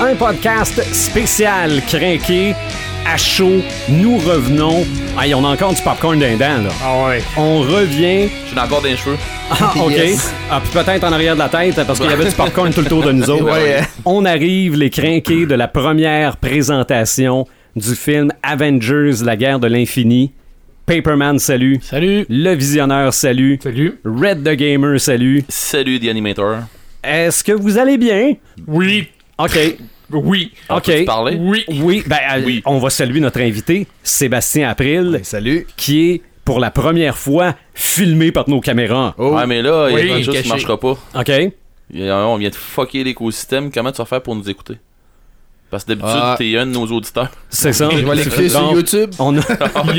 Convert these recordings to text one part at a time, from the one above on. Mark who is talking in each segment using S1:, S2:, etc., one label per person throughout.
S1: un podcast spécial craqué à chaud. Nous revenons. Hey, on a encore du popcorn d'un dent, là.
S2: Ah ouais.
S1: On revient.
S3: Je suis encore dans les cheveux.
S1: Ah, OK.
S4: Yes.
S1: Ah, puis peut-être en arrière de la tête, parce qu'il y avait du popcorn tout le tour de nous autres.
S4: Ouais.
S1: On arrive, les crinqués, de la première présentation du film Avengers, la guerre de l'infini. Paperman, salut.
S2: Salut.
S1: Le visionneur, salut.
S2: Salut.
S1: Red the Gamer, salut.
S3: Salut, The Animator.
S1: Est-ce que vous allez bien?
S2: Oui.
S1: OK.
S2: Oui.
S1: OK.
S3: Peux-tu parler?
S2: Oui.
S1: Oui, ben, euh,
S3: Oui.
S1: on va saluer notre invité, Sébastien April,
S4: Salut.
S1: qui est pour la première fois filmé par nos caméras.
S4: Oh.
S3: Ouais, mais là, il
S2: Oui,
S3: y a quelque chose
S2: caché.
S3: qui marchera pas.
S1: OK?
S3: Il y a- On vient de fucker l'écosystème. Comment tu vas faire pour nous écouter? Parce que d'habitude,
S4: Ah.
S3: t'es un de nos auditeurs.
S1: C'est ça.
S4: Je vais aller cliquer sur
S1: Donc,
S4: YouTube.
S1: On a, on, a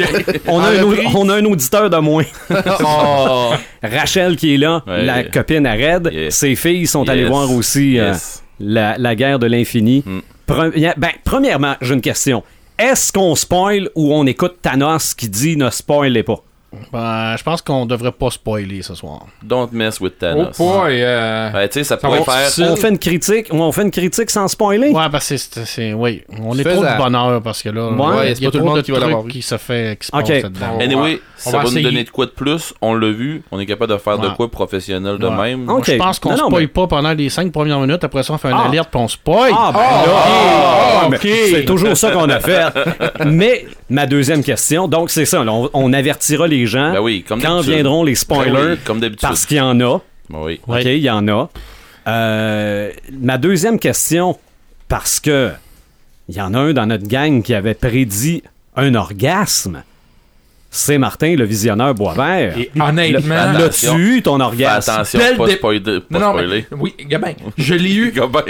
S4: En
S1: un, au-
S4: reprise.
S1: on a un auditeur de moins.
S3: Oh.
S1: Rachel qui est là,
S3: Ouais.
S1: la copine à Red.
S3: Yes.
S1: Ses filles sont allées
S3: Yes.
S1: voir aussi euh,
S3: Yes.
S1: la, la guerre de l'infini.
S3: Mm.
S1: Premi- ben, premièrement, j'ai une question. Est-ce qu'on spoil ou on écoute Thanos qui dit ne spoilez pas?
S5: Ben, je pense qu'on devrait pas spoiler ce soir.
S3: Don't mess with
S2: Oh
S3: Thanos.
S2: boy. euh,
S3: Ouais, tu sais, ça
S2: Ça
S3: pourrait
S2: va
S3: faire.
S2: difficile.
S1: On fait une critique, on fait une critique sans spoiler.
S5: Ouais, parce que c'est- c'est. Oui, on est
S4: Fais
S5: trop
S4: ça.
S5: de bonheur parce que là,
S1: Ouais,
S5: il
S4: c'est
S5: y a
S4: pas tout
S5: trop
S4: le monde
S5: de
S4: qui va l'avoir
S5: trucs
S4: vu.
S5: qui se fait. qui se
S1: Ok.
S5: passent là-dedans.
S2: Ouais.
S3: Anyway, ça
S2: On va
S3: va, nous
S2: essayer.
S3: donner de quoi de plus. On l'a vu. On est capable de faire de
S5: Ouais.
S3: quoi professionnel de
S5: Ouais.
S3: même.
S1: Ok.
S5: Je pense qu'on
S1: Non, non,
S5: spoil
S1: mais-
S5: pas pendant les 5 premières minutes. Après ça, on fait une
S1: Ah.
S5: alerte puis on spoil.
S1: Ah, ben là,
S3: ben
S1: ah, mais c'est toujours ça qu'on a fait. Mais ma deuxième question, donc c'est ça, là, on, on avertira les gens
S3: Ben oui, comme
S1: quand
S3: d'habitude.
S1: viendront les
S3: Ben oui,
S1: spoilers,
S3: comme d'habitude.
S1: parce qu'il y en a.
S3: Ben Oui.
S1: OK, il y en a. Euh, ma deuxième question, parce que il y en a un dans notre gang qui avait prédit un orgasme, c'est Martin, le visionneur Boisvert.
S2: Et honnêtement,
S3: Le-
S1: L'as-tu eu ton
S3: Fais
S1: orgasme?
S3: attention,
S2: Belle
S3: pas,
S2: dé-
S3: spoiler, pas
S2: non, non, mais,
S3: spoiler. ben,
S2: oui, Gabin, je l'ai eu
S3: Gobain.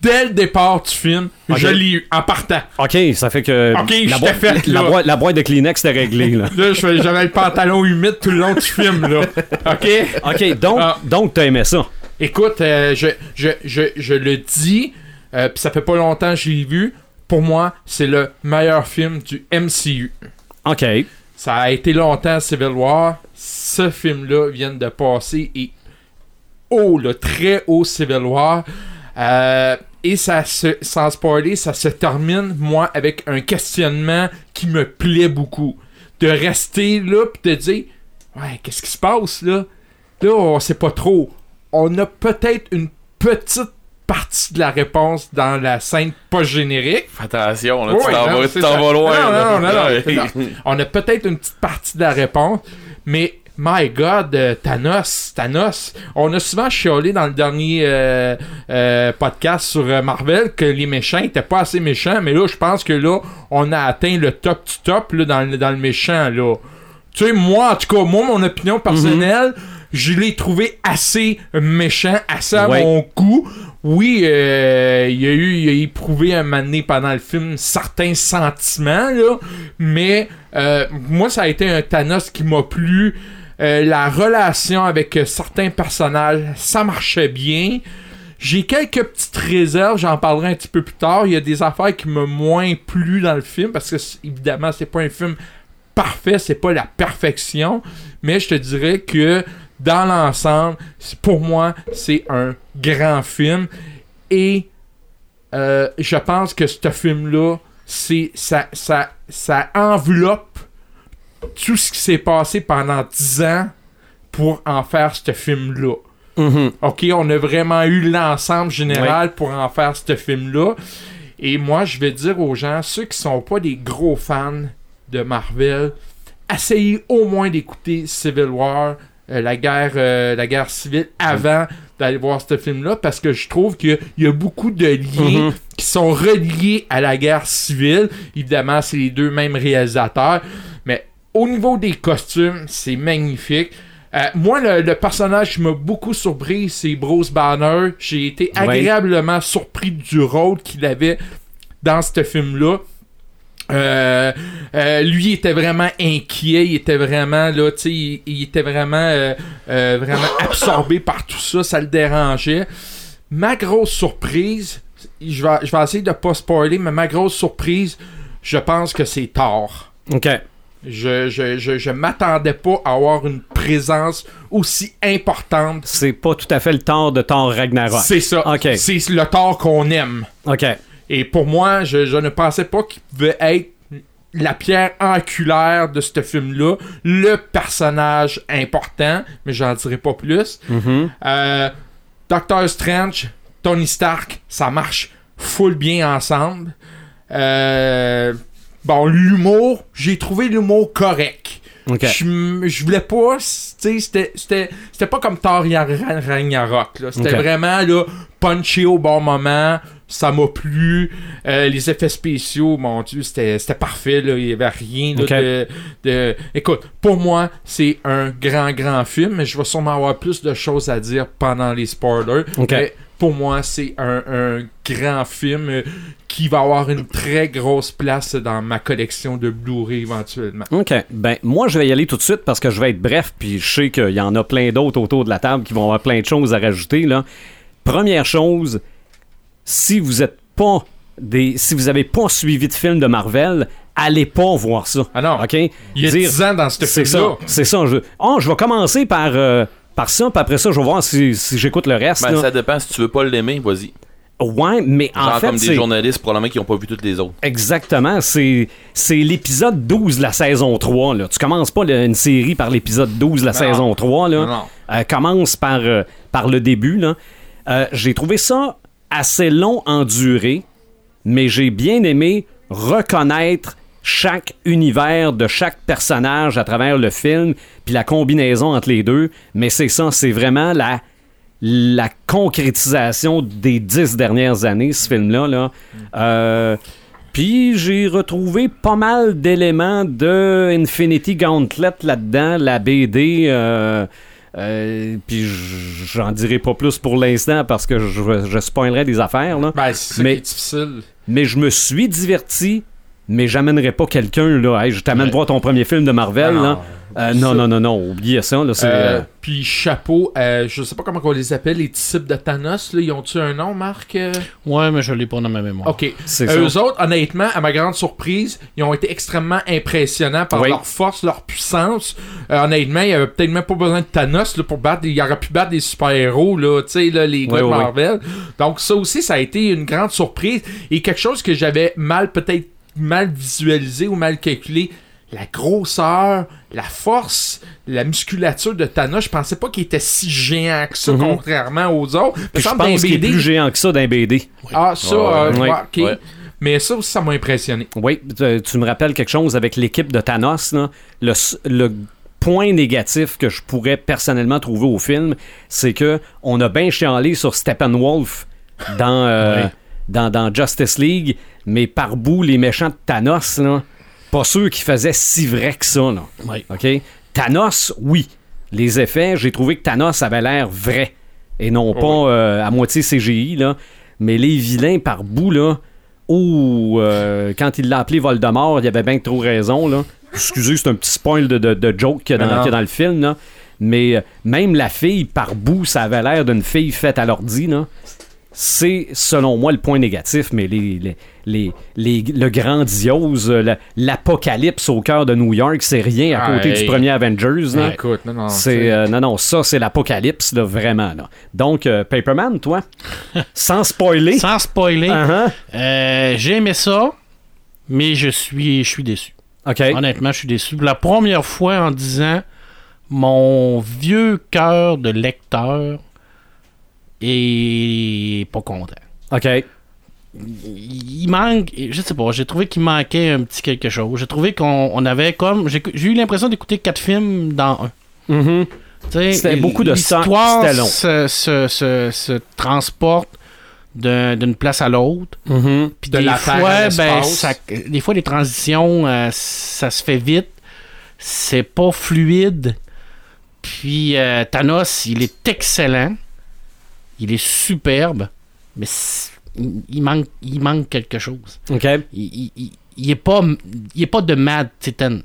S2: dès le départ du film.
S1: Ok.
S2: Je l'ai eu en partant.
S1: OK, ça fait que
S2: Ok, je
S1: la,
S2: t'ai
S1: boîte-
S2: fait,
S1: la
S2: là.
S1: boîte- la boîte de Kleenex était réglée. Là.
S2: Là, je- j'avais le pantalon humide tout le long du film, là. OK?
S1: OK, donc,
S2: Ah.
S1: donc t'as aimé ça.
S2: Écoute, euh, je, je, je, je le dis, euh, puis ça fait pas longtemps que je l'ai vu. Pour moi, c'est le meilleur film du MCU.
S1: OK.
S2: Ça a été longtemps Civil War. Ce film-là vient de passer et haut, le très haut Civil War. Euh, et ça se, sans spoiler, ça se termine, moi, avec un questionnement qui me plaît beaucoup. De rester là pis de dire Ouais, qu'est-ce qui se passe là Là, on sait pas trop. On a peut-être une petite partie de la réponse dans la scène post-générique.
S3: Fais attention, là,
S2: Ouais,
S3: tu t'en
S2: non,
S3: vas-
S2: c'est
S3: tu t'en
S2: ça.
S3: vas loin.
S2: Non,
S3: là.
S2: non, non, non,
S3: Ouais.
S2: c'est ça. On a peut-être une petite partie de la réponse, mais my god, euh, Thanos, Thanos. On a souvent chiolé dans le dernier euh, euh, podcast sur euh, Marvel que les méchants étaient pas assez méchants, mais là, je pense que là, on a atteint le top du top là, dans, le- dans le méchant, là. Tu sais, moi, en tout cas, moi, mon opinion personnelle, je l'ai trouvé assez méchant, assez à
S1: Ouais.
S2: mon goût. Oui, euh, il a eu, il a éprouvé un moment donné pendant le film certains sentiments, là, mais euh, moi, ça a été un Thanos qui m'a plu. Euh, la relation avec euh, certains personnages, ça marchait bien. J'ai quelques petites réserves, j'en parlerai un petit peu plus tard. Il y a des affaires qui me moins plu dans le film parce que c- évidemment, c'est pas un film parfait, c'est pas la perfection, mais je te dirais que dans l'ensemble, c'est- pour moi, c'est un grand film et euh, je pense que ce film-là, c'est ça, ça, ça enveloppe tout ce qui s'est passé pendant 10 ans pour en faire ce film-là. OK, on a vraiment eu l'ensemble général pour en faire ce film-là. Et moi, je vais dire aux gens, ceux qui sont pas des gros fans de Marvel, essayez au moins d'écouter Civil War, euh, la, guerre, euh, la guerre civile, avant d'aller voir ce film-là, parce que je trouve qu'il y a beaucoup de liens qui sont reliés à la guerre civile. Évidemment, c'est les deux mêmes réalisateurs, mais au niveau des costumes, c'est magnifique. Euh, moi, le, le personnage qui m'a beaucoup surpris, c'est Bruce Banner. J'ai été
S1: Ouais.
S2: agréablement surpris du rôle qu'il avait dans ce film-là. Euh, euh, lui il était vraiment inquiet, il était vraiment là, tu sais, il, il était vraiment euh, euh, vraiment absorbé par tout ça, ça le dérangeait. Ma grosse surprise, je vais, je vais essayer de pas spoiler, mais ma grosse surprise, je pense que c'est Thor.
S1: OK.
S2: Je, je, je, je m'attendais pas à avoir une présence aussi importante.
S1: C'est pas tout à fait le temps de Thor Ragnarok.
S2: C'est ça.
S1: Ok.
S2: C'est le tort qu'on aime.
S1: OK.
S2: Et pour moi, je, je ne pensais pas qu'il pouvait être la pierre angulaire de ce film-là, le personnage important, mais j'en dirai pas plus.
S1: Mhm.
S2: Euh, Doctor Strange, Tony Stark, ça marche full bien ensemble. Euh, bon, l'humour, j'ai trouvé l'humour correct.
S1: OK.
S2: Je m- Je voulais pas, c- tu sais, c'était- c'était c'était pas comme Thor Ya- Ra- Ragnarok. là. C'était
S1: Ok.
S2: vraiment là, punché au bon moment. Ça m'a plu. Euh, les effets spéciaux, mon Dieu, c'était c'était parfait. là. Il y avait rien là,
S1: Ok.
S2: de, de- Écoute, pour moi, c'est un grand, grand film. Mais je vais sûrement avoir plus de choses à dire pendant les spoilers.
S1: Ok.
S2: Mais pour moi, c'est un, un grand film euh, qui va avoir une très grosse place dans ma collection de Blu-ray éventuellement.
S1: OK. Ben, moi, je vais y aller tout de suite parce que je vais être bref, puis je sais qu'il y en a plein d'autres autour de la table qui vont avoir plein de choses à rajouter. Là. Première chose, si vous êtes pas des. Si vous avez pas suivi de film de Marvel, allez pas voir ça.
S2: Ah non.
S1: OK?
S2: Il y a
S1: Dire-
S2: 10 ans dans ce
S1: C'est ça.
S2: film-là.
S1: C'est ça. Je... Oh, je vais commencer par, euh, par ça, puis après ça, je vais voir si, si j'écoute le reste.
S3: Ben,
S1: là.
S3: ça dépend. Si tu veux pas l'aimer, vas-y.
S1: Ouais, mais en
S3: Genre
S1: fait,
S3: comme des
S1: c'est
S3: journalistes probablement qui ont pas vu toutes les autres.
S1: exactement, c'est c'est l'épisode 12 de la saison 3. Là. Tu commences pas le- une série par l'épisode 12 de la
S2: Non.
S1: saison 3. Là.
S2: Non, non.
S1: Euh, commence par, euh, par le début. là. Euh, j'ai trouvé ça assez long en durée, mais j'ai bien aimé reconnaître chaque univers de chaque personnage à travers le film, puis la combinaison entre les deux. Mais c'est ça, c'est vraiment la, la concrétisation des dix dernières années, ce film-là. Là. Euh, puis j'ai retrouvé pas mal d'éléments de Infinity Gauntlet là-dedans, la BD. euh, euh, puis j- j'en dirai pas plus pour l'instant parce que je, je spoilerai des affaires. Là.
S2: Ben, c'est ça
S1: Mais-
S2: qui est difficile.
S1: Mais je me suis diverti, mais j'amènerai pas quelqu'un. là. Hey, je t'amène
S5: Ouais.
S1: voir ton premier film de Marvel.
S2: Non,
S1: là. Euh,
S2: ça.
S1: Non, non, non, non, oubliez ça. Là, c'est,
S2: Euh,
S1: euh,
S2: Puis chapeau, euh, je sais pas comment on les appelle, les disciples de Thanos, là, ils ont-tu un nom, Marc Euh,
S5: Ouais, mais je l'ai pas dans ma mémoire.
S2: Ok.
S1: c'est
S2: Euh,
S1: ça.
S2: eux autres, honnêtement, à ma grande surprise, ils ont été extrêmement impressionnants par
S1: Oui.
S2: leur force, leur puissance. Euh, honnêtement, il n'y avait peut-être même pas besoin de Thanos là, pour battre. Il aurait pu battre des super-héros, là, tu sais, là, les gars
S1: Oui,
S2: de
S1: oui, oui.
S2: Marvel. Donc, ça aussi, ça a été une grande surprise. Et quelque chose que j'avais mal, peut-être mal visualisé ou mal calculé. La grosseur, la force, la musculature de Thanos, je pensais pas qu'il était si géant que ça,
S1: Mhm.
S2: contrairement aux autres.
S1: Puis je
S2: Ça me semble
S1: pense
S2: dans
S1: qu'il est
S2: les BD,
S1: plus géant que ça d'un BD.
S2: ah, ça,
S3: Ouais,
S2: euh,
S1: ouais.
S2: ouais, ok.
S3: Ouais.
S2: Mais ça aussi, ça m'a impressionné.
S1: Oui, tu tu me rappelles quelque chose avec l'équipe de Thanos. là. Le, s- le point négatif que je pourrais personnellement trouver au film, c'est que on a bien chialé sur Steppenwolf dans, euh,
S5: Oui.
S1: dans, dans Justice League, mais par bout, les méchants de Thanos, là, pas sûr qu'ils faisaient si vrai que ça. Là.
S5: Oui.
S1: OK? Thanos, oui. Les effets, j'ai trouvé que Thanos avait l'air vrai et non
S2: Oh
S1: pas euh, à moitié CGI. Là. Mais les vilains par bout, là, ou euh, quand il l'a appelé Voldemort, il avait bien que trop raison. Là. Excusez, c'est un petit spoil de, de- de joke qu'il y, a
S2: Mais
S1: dans-
S2: non.
S1: qu'il y a dans le film. Là. Mais euh, même la fille par bout, ça avait l'air d'une fille faite à l'ordi. là. C'est, selon moi, le point négatif, mais les, les, les- les- le grandiose, euh, la- l'apocalypse au cœur de New York, c'est rien à côté
S2: Ouais.
S1: du premier Avengers. là.
S2: Écoute, non, non.
S1: C'est, euh, non, non, ça, c'est l'apocalypse, là, vraiment. là. Donc, euh, Paperman, toi, sans spoiler.
S5: Sans spoiler,
S1: Uh-huh.
S5: euh, j'ai aimé ça, mais je suis, je suis déçu.
S1: OK.
S5: Honnêtement, je suis déçu. Pour La première fois en disant mon vieux cœur de lecteur est pas content.
S1: OK.
S5: Il il manque, je sais pas, j'ai trouvé qu'il manquait un petit quelque chose. J'ai trouvé qu'on on avait comme. J'ai j'ai eu l'impression d'écouter quatre films dans un.
S1: Mhm.
S5: Tu sais,
S1: C'était beaucoup de sang,
S5: l'histoire
S1: c'était long.
S5: Se, se- se- se transporte d'un- d'une place à l'autre.
S1: Mhm.
S5: Puis
S2: De
S5: des
S2: la Terre à
S5: fois, ben,
S2: l'espace.
S5: ça, des fois, les transitions, euh, ça se fait vite. C'est pas fluide. Puis euh, Thanos, il est excellent. Il est superbe. Mais c'est- il il manque, il manque quelque chose.
S1: OK.
S5: Il, il- il- il est pas, il est pas de Mad Titan.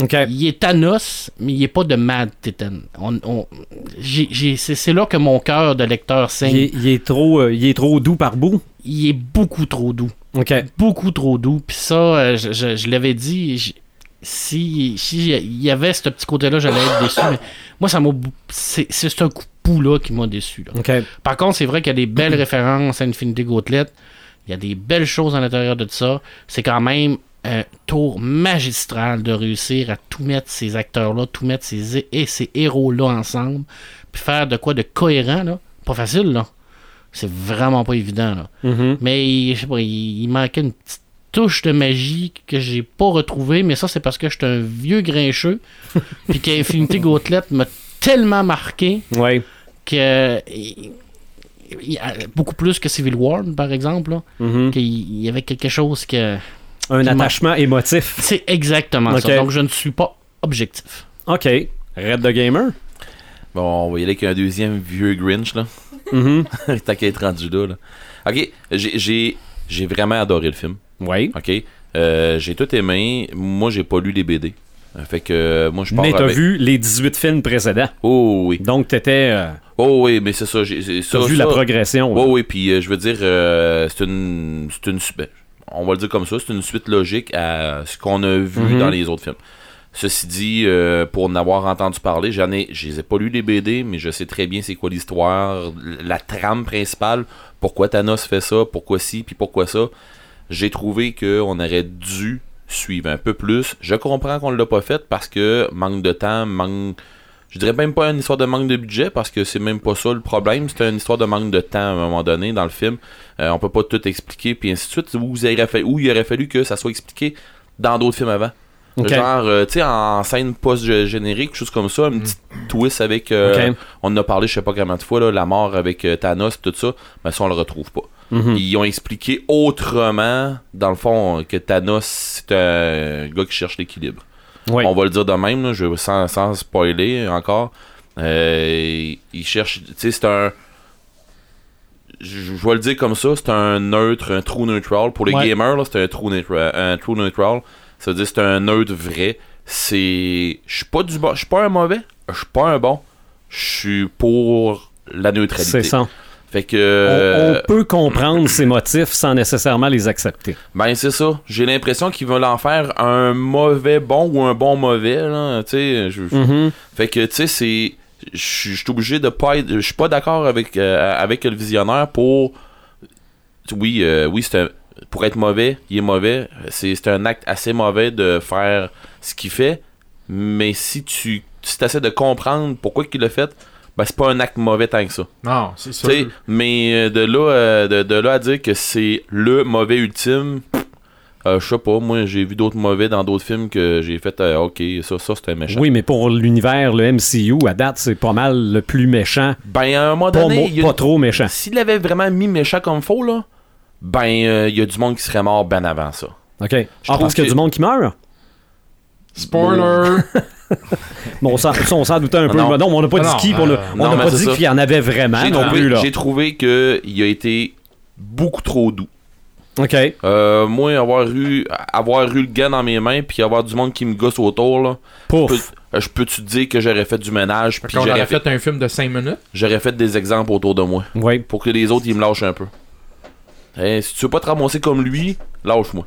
S1: OK.
S5: Il est Thanos, mais il est pas de Mad Titan. On, on- j'ai- j'ai- c'est, c'est là que mon cœur de lecteur
S1: Il
S5: saigne.
S1: est, il est trop, euh, il est trop doux par bout.
S5: Il est beaucoup trop doux.
S1: OK.
S5: Beaucoup trop doux. Puis ça, euh, je, je- je l'avais dit, j- si si il y avait ce petit côté-là, j'allais être déçu. mais moi, ça m'a. bou- C'est c'est ce coup de poux-là qui m'a déçu. là.
S1: OK.
S5: Par contre, c'est vrai qu'il y a des belles références à Infinity Gauntlet. Il y a des belles choses à l'intérieur de ça. C'est quand même un tour magistral de réussir à tout mettre ces acteurs-là, tout mettre ces, hé- et ces héros-là ensemble, puis faire de quoi de cohérent, là. Pas facile, là. C'est vraiment pas évident, là.
S1: Mhm.
S5: Mais il- je sais pas, il, il manquait une petite touche de magie que j'ai pas retrouvée, mais ça c'est parce que j'étais un vieux grincheux, puis qu'Infinity Gauntlet m'a tellement marqué
S1: Ouais.
S5: que il- il- beaucoup plus que Civil War par exemple là,
S1: Mhm.
S5: qu'il il y avait quelque chose que
S1: Un
S5: Qui
S1: attachement émotif.
S5: c'est exactement
S1: Ok.
S5: ça donc je ne suis pas objectif
S1: OK. Red the Gamer.
S3: Bon, on va y aller avec un deuxième vieux Grinch, là.
S1: Mhm.
S3: Tant qu'à être rendu là, là. Ok, j'ai- j'ai j'ai vraiment adoré le film.
S1: Oui.
S3: Ok, Euh, j'ai tout aimé. Moi, j'ai pas lu les BD. Euh, Fait que euh, moi, je pars
S1: Mais t'as
S3: avec-
S1: vu les 18 films précédents.
S3: Oh oui,
S1: Donc t'étais. euh,
S3: oh oui, mais c'est ça. j'ai- c'est-
S1: t'as
S3: ça,
S1: vu
S3: ça-
S1: la progression.
S3: Ouais, oui, puis euh, je veux dire, euh, c'est une, c'est une, su- ben, on va le dire comme ça, c'est une suite logique à ce qu'on a vu
S1: Mhm.
S3: dans les autres films. Ceci dit, euh, pour en avoir entendu parler, j'en ai, je les ai pas lu les BD, mais je sais très bien c'est quoi l'histoire, l- la trame principale, pourquoi Thanos fait ça, pourquoi ci, puis pourquoi ça. J'ai trouvé qu'on aurait dû suivre un peu plus. Je comprends qu'on l'a pas fait parce que manque de temps, manque. Je dirais même pas une histoire de manque de budget parce que c'est même pas ça le problème. C'est une histoire de manque de temps à un moment donné dans le film. Euh, on peut pas tout expliquer puis ainsi de suite. Ou il aurait fallu, ou il aurait fallu que ça soit expliqué dans d'autres films avant.
S1: Ok.
S3: Genre, euh, tu sais, en scène post-générique, chose comme ça, une petite twist avec. euh,
S1: Mm. Ok.
S3: On en a parlé, je sais pas combien de fois, là, la mort avec euh, Thanos, tout ça. Mais ça, on le retrouve pas.
S1: Mhm.
S3: Ils ont expliqué autrement, dans le fond, que Thanos, c'est un gars qui cherche l'équilibre.
S1: Ouais.
S3: On va le dire de même, là, je, sans, sans spoiler encore. Euh, il cherche. Tu sais, c'est un. Je, je vais le dire comme ça, c'est un neutre, un true neutral. Pour les
S5: Ouais.
S3: gamers, là, c'est un true, neutral, un true neutral. Ça veut dire c'est un neutre vrai. C'est. Je suis pas du bon. Je suis pas un mauvais. Je suis pas un bon. Je suis pour la neutralité.
S1: C'est ça.
S3: Fait que.
S1: On-
S3: euh,
S1: On, peut comprendre ces motifs sans nécessairement les accepter.
S3: Ben c'est ça. J'ai l'impression qu'ils veulent en faire un mauvais bon ou un bon mauvais. Là. Tu sais, je- je-
S1: Mhm.
S3: Fait que tu sais, c'est. Je suis je suis obligé de pas être. Je suis pas d'accord avec, euh, avec le visionnaire pour. Oui, euh, oui, c'est un- Pour être mauvais, il est mauvais. C'est c'est un acte assez mauvais de faire ce qu'il fait. Mais si tu si essaies de comprendre pourquoi il l'a fait, ben c'est pas un acte mauvais tant que ça.
S2: Non, c'est ça.
S3: T'sais, mais euh, de là, euh, de, de là à dire que c'est le mauvais ultime, euh, je sais pas, moi j'ai vu d'autres mauvais dans d'autres films que j'ai fait, euh, ok, ça, ça c'est un méchant.
S1: Oui, mais pour l'univers, le MCU, à date, c'est pas mal le plus méchant.
S3: Ben à un moment
S1: Pas,
S3: donné,
S1: mo-
S3: il y a-
S1: pas trop méchant.
S3: s'il l'avait vraiment mis méchant comme faux, là, ben euh, il y a du monde qui serait mort ben avant ça.
S1: OK. Ah,
S3: trouve
S1: parce qu'il y a
S3: que-
S1: du monde qui meurt?
S2: Spoiler!
S1: Bon, on s'en- ça, on s'en doutait un peu.
S3: Non.
S1: Mais Non, mais on n'a pas
S2: Ah,
S1: dit
S2: non,
S1: qui, puis on
S2: euh,
S1: n'a on
S3: non,
S1: n'a
S3: mais
S1: pas
S3: c'est
S1: dit
S3: ça.
S1: qu'il y en avait vraiment
S3: j'ai
S1: Ben non plus,
S3: trouvé,
S1: là.
S3: j'ai trouvé que il a été beaucoup trop doux.
S1: OK.
S3: Euh, moi, avoir eu, avoir eu le gars dans mes mains, puis avoir du monde qui me gosse autour, là, je
S1: Pouf.
S3: peux- je peux-tu te dire que j'aurais fait du ménage,
S2: Fait
S3: puis
S2: qu'on aurait
S3: j'aurais fait
S2: fait un film de 5 minutes.
S3: j'aurais fait des exemples autour de moi
S1: Oui.
S3: pour que les autres ils me lâchent un peu. Eh, si tu veux pas te ramasser comme lui, lâche-moi.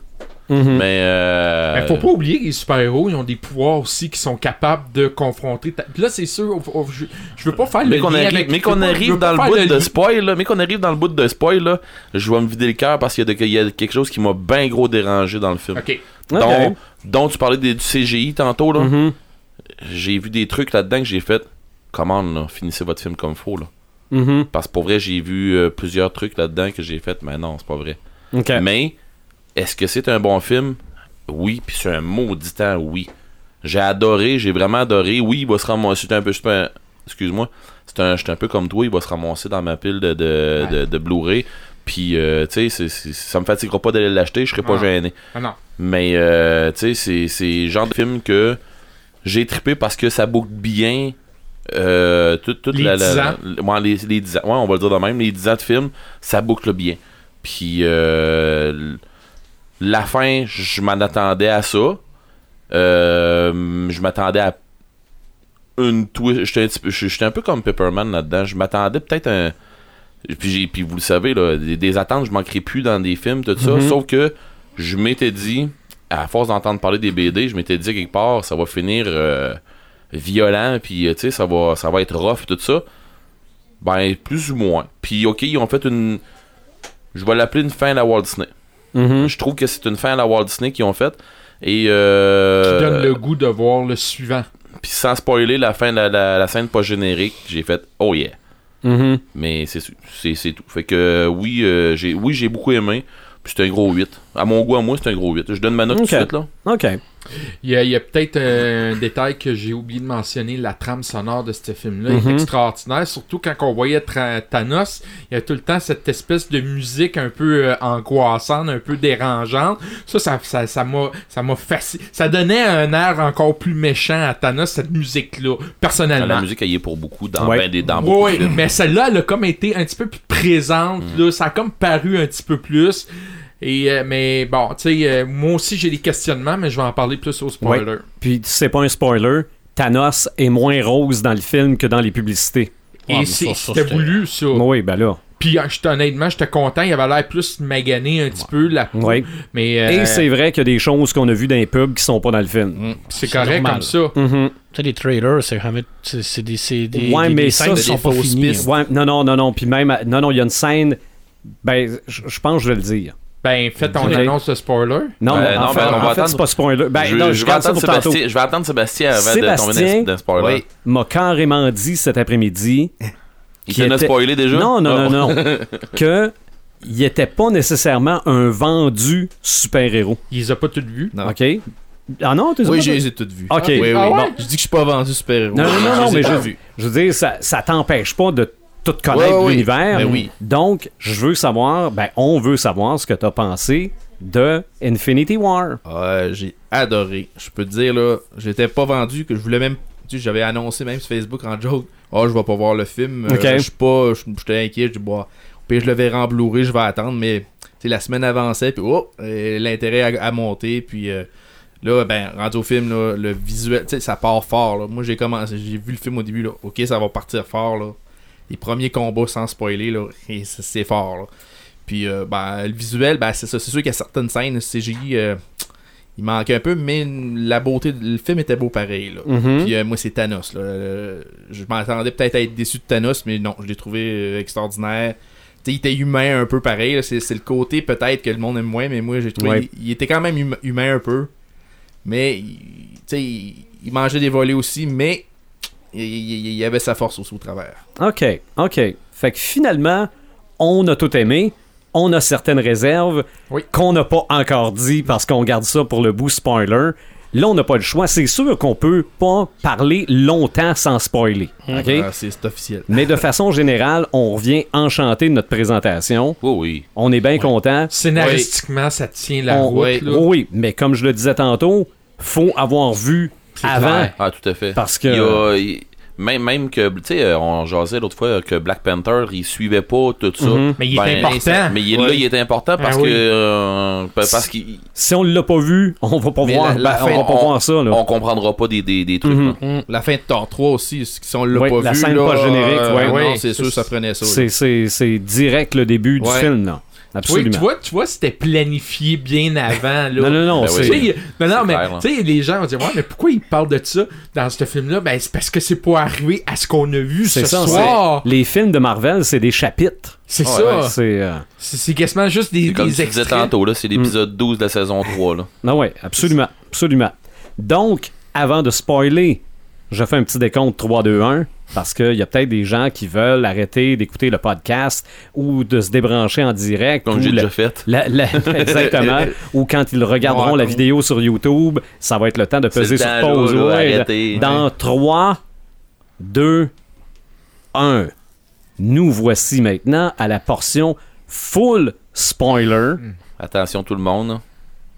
S1: Mhm.
S3: Mais euh,
S2: Mais faut pas oublier que les super-héros, ils ont des pouvoirs aussi qui sont capables de confronter. ta- Puis là, c'est sûr, on- on- je, je veux pas faire
S3: mais
S2: le
S3: qu'on
S2: lien
S3: arri-
S2: avec- je
S3: mais
S2: veux
S3: qu'on
S2: pas- je
S3: arrive,
S2: veux pas
S3: dans le
S2: faire
S3: bout de
S2: lien.
S3: spoil, là, mais qu'on arrive dans le bout de spoil, là, je vais me vider le cœur parce qu'il y, a de- qu'il y a quelque chose qui m'a bien gros dérangé dans le film.
S2: Ok.
S1: Ok.
S3: Dont, dont tu parlais des- du CGI tantôt, là.
S1: Mhm.
S3: j'ai vu des trucs là-dedans que j'ai fait. Commande, là, finissez votre film comme faut, là.
S1: Mhm.
S3: Parce que pour vrai, j'ai vu euh, plusieurs trucs là-dedans que j'ai fait, mais non, c'est pas vrai.
S1: OK.
S3: Mais est-ce que c'est un bon film? Oui, puis c'est un maudit temps, oui. J'ai adoré, j'ai vraiment adoré. Oui, il va se ramasser. c'est un peu. c'est un- Excuse-moi. C'est un, j'étais un peu comme toi, il va se ramasser dans ma pile de, de, de, de Blu-ray. Puis, euh, tu sais, c'est- c'est- ça me fatiguera pas d'aller l'acheter, je serai pas
S2: Ah.
S3: gêné.
S2: Ah non.
S3: Mais, euh, tu sais, c'est- c'est le genre de film que j'ai trippé parce que ça boucle bien euh, toute toute
S2: Les
S3: la. la-
S2: 10 ans.
S3: la- ouais, les, les 10 ans. Ouais, on va le dire de même. Les 10 ans de film, ça boucle bien. Puis, euh, l- la fin, je m'en attendais à ça. Euh, je m'attendais à une twist. J'étais un, petit peu- j'étais un peu comme Pepperman là-dedans. Je m'attendais peut-être à un. Puis, j'ai- puis vous
S2: Mm-hmm.
S3: le savez, là, des, des attentes, je manquerai plus dans des films, tout ça.
S1: Mhm.
S3: Sauf que je m'étais dit, à force d'entendre parler des BD, je m'étais dit quelque part, ça va finir euh, violent, puis euh, tu sais, ça va, ça va être rough, tout ça. Ben, plus ou moins. Puis, ok, ils ont fait une. Je vais l'appeler une fin à la Walt Disney.
S2: Hmm.
S1: Mhm.
S3: Je trouve que c'est une fin à la Walt Disney qu'ils ont faite. Et. Euh,
S2: Qui donne le goût de voir le suivant.
S3: Puis, sans spoiler la fin de la, la- la scène post-générique, j'ai fait Oh yeah.
S1: Mhm.
S3: Mais c'est su- c'est c'est tout. Fait que euh, oui, euh, j'ai oui, j'ai beaucoup aimé. Puis c'est un gros 8. À mon goût, à moi, c'est un gros 8. Je donne ma note
S1: Ok.
S3: tout de suite, là.
S1: OK.
S2: Il y a, il y a peut-être un détail que j'ai oublié de mentionner, la trame sonore de ce film-là
S1: Mhm.
S2: est extraordinaire, surtout quand on voyait Tra- Thanos, il y a tout le temps cette espèce de musique un peu euh, angoissante, un peu dérangeante. Ça, ça, ça, ça m'a, ça m'a fasciné. Ça donnait un air encore plus méchant à Thanos, cette musique-là,
S3: Ah, La
S2: personnellement.
S3: musique, elle y est pour beaucoup dans
S1: Ouais.
S3: ben des dans beaucoup
S2: Oui,
S3: de films. Mhm.
S2: mais celle-là, elle a comme été un petit peu plus présente. Là. Ça a comme paru un petit peu plus. Et, euh, mais bon, tu sais, euh, moi aussi j'ai des questionnements, mais je vais en parler plus au spoiler.
S1: Puis c'est pas un spoiler, Thanos est moins rose dans le film que dans les publicités.
S5: Ah,
S2: Et
S5: mais
S2: c'est-
S5: ça, ça,
S2: c'était
S5: c'était-
S2: voulu, ça.
S3: Oh.
S1: Oui, ben là.
S2: Puis euh, j'étais- honnêtement, j'étais content. Il avait l'air plus magané un petit peu. La...
S1: Oui.
S2: Mais
S1: Et
S2: euh,
S1: c'est vrai qu'il y a des choses qu'on a vues dans les pubs qui sont pas dans le film.
S3: Mm.
S5: Hmm.
S2: c'est correct
S5: normal.
S2: comme ça.
S1: Mhm.
S5: Tu sais, les trailers, c'est jamais- c'est- c'est des, c'est des,
S1: Ouais,
S5: des-
S1: mais
S5: des
S1: ça,
S5: scènes qui
S1: c'est
S5: sont pas
S1: fausse
S5: finies.
S1: piste. Ouais, non, non, non, non. Puis même, à- non, non, il y a une scène. Ben, je je pense que je vais le dire.
S2: Ben, fais ton
S1: Ok.
S2: annonce de spoiler.
S1: Non,
S3: Euh,
S1: en
S3: non,
S1: fait,
S3: ben, on
S1: en
S3: va
S1: fait,
S3: attendre.
S1: c'est pas spoiler. Ben,
S3: je,
S1: non,
S3: je
S1: je
S3: vais
S1: garde ça
S3: attendre
S1: pour tantôt.
S3: Sébastien, je vais attendre Sébastien avant de tomber
S1: Sébastien,
S3: dans, dans spoiler.
S1: oui, m'a carrément dit cet après-midi
S3: Il
S1: qui
S3: t'en a
S1: était-
S3: spoilé déjà?
S1: Non, non,
S3: Ah.
S1: non, non. que il était pas nécessairement un vendu super-héros.
S2: Il les a pas toutes vues.
S4: Non.
S1: OK? Ah non, tu
S4: Oui, je les ai toutes vues.
S1: OK.
S4: Oui, oui.
S2: Ah ouais?
S4: Bon, je dis que je suis pas vendu super-héros.
S1: Non, non, non, non,
S4: je les
S1: mais
S4: ai pas
S1: je-
S4: vues.
S1: Je veux dire, ça, ça t'empêche pas de tout connaître
S4: Ouais, ouais,
S1: l'univers.
S4: oui. Ben oui.
S1: Donc, je veux savoir, ben, on veut savoir ce que t'as pensé de Infinity War.
S4: Ouais, j'ai adoré. Je peux te dire, là, j'étais pas vendu, que je voulais même. Tu sais, j'avais annoncé même sur Facebook en joke. Oh, je vais pas voir le film. Euh,
S1: Ok.
S4: je suis pas. je- J'étais inquiet. Je dis, bah, au pire, je le verrai en Blu-ray, je vais attendre. Mais, tu sais, la semaine avançait, puis oh, euh, l'intérêt a, a monté, puis. euh, Là, ben, rendu au film, là, le visuel, tu sais, ça part fort. là. Moi, j'ai commencé, j'ai vu le film au début, là. Ok, ça va partir fort, là. Les premiers combats sans spoiler, là, et c'est c'est fort, là. Puis, euh, ben, le visuel, ben, c'est ça. C'est sûr qu'il y a certaines scènes, le CGI, euh, il manquait un peu, mais la beauté, de- le film était beau pareil, là.
S1: Mhm.
S4: Puis euh, moi, c'est Thanos. Là. Euh, je m'attendais peut-être à être déçu de Thanos, mais non, je l'ai trouvé euh, extraordinaire. Tu sais, il était humain un peu pareil. là. C'est c'est le côté peut-être que le monde aime moins, mais moi, j'ai trouvé.
S1: Ouais.
S4: Il, il était quand même hum- humain un peu. Mais, il- tu sais, il, il mangeait des volets aussi, mais il, il- il- il avait sa force aussi au travers.
S1: OK, OK. Fait que finalement, on a tout aimé, on a certaines réserves
S2: Oui.
S1: qu'on n'a pas encore dit parce qu'on garde ça pour le bout spoiler. Là, on n'a pas le choix. C'est sûr qu'on peut pas parler longtemps sans spoiler. OK?
S4: Ah, c'est c'est officiel.
S1: Mais de façon générale, on revient enchanté de notre présentation.
S3: Oui, oui.
S1: On est bien content.
S2: Scénaristiquement, ça tient la
S1: On-
S2: route.
S4: oui.
S2: là.
S1: Oui, mais comme je le disais tantôt, faut avoir vu avant.
S2: clair.
S3: Ah, tout à fait.
S1: Parce que-
S3: Il y a- il- même, même que, tu sais, euh, on jasait l'autre fois que Black Panther, il suivait pas tout ça.
S1: Mhm.
S2: Mais il est important.
S3: ça- Mais il est là,
S4: Ouais.
S3: il est important parce
S2: Ah oui.
S3: que. euh, pa- parce qu'il.
S1: Si on l'a pas vu, on va pas
S4: Mais
S1: voir.
S4: la- la
S1: ben,
S4: fin,
S1: on va pas
S3: on-
S1: voir ça. Là.
S3: On comprendra pas des, des, des trucs.
S1: Mhm.
S3: là.
S4: La fin de Thor 3 aussi, si on l'a
S1: Ouais,
S4: pas
S1: la
S4: vu.
S1: scène
S4: là,
S1: post-générique,
S4: euh,
S1: ouais.
S4: non,
S2: Oui,
S4: c'est sûr,
S2: c'est-
S4: ça prenait ça. là.
S1: C'est- C'est c'est direct le début du
S4: Ouais.
S1: film, là.
S2: Oui, tu
S1: Absolument.
S2: vois, tu vois, c'était planifié bien avant. Là.
S1: non, non, non,
S3: Ben
S1: c'est-
S2: Tu sais, non, non,
S3: C'est
S2: mais
S3: clair, hein.
S2: tu sais, les gens vont dire Ouais, mais pourquoi ils parlent de ça dans ce film-là Ben, c'est parce que c'est pas arrivé à ce qu'on a vu ce
S1: c'est ça.
S2: soir. Ah.
S1: c'est- Les films de Marvel, c'est des chapitres.
S2: C'est
S3: Ouais,
S2: ça.
S3: ouais.
S1: C'est. euh,
S2: C'est c'est quasiment juste des,
S3: C'est comme
S2: des
S3: tu disais
S2: extraits.
S3: tantôt, là,
S1: Mhm.
S3: c'est l'épisode 12 de la saison 3. Là.
S1: Ah ouais, absolument. Absolument. Donc, avant de spoiler, je fais un petit décompte 3, 2, 1, parce qu'il y a peut-être des gens qui veulent arrêter d'écouter le podcast ou de se débrancher en direct.
S3: Comme
S1: ou
S3: j'ai
S1: le-
S3: déjà fait.
S1: la- la- exactement. ou quand ils regarderont
S4: Ouais,
S1: la
S4: comme-
S1: vidéo sur YouTube, ça va être le temps de
S3: C'est
S1: peser
S3: le
S1: sur
S3: temps,
S1: pause.
S3: là, là,
S1: Ouais,
S3: arrêtez.
S1: dans 3, 2, 1. Nous voici maintenant à la portion full spoiler.
S3: Attention tout le monde. hein.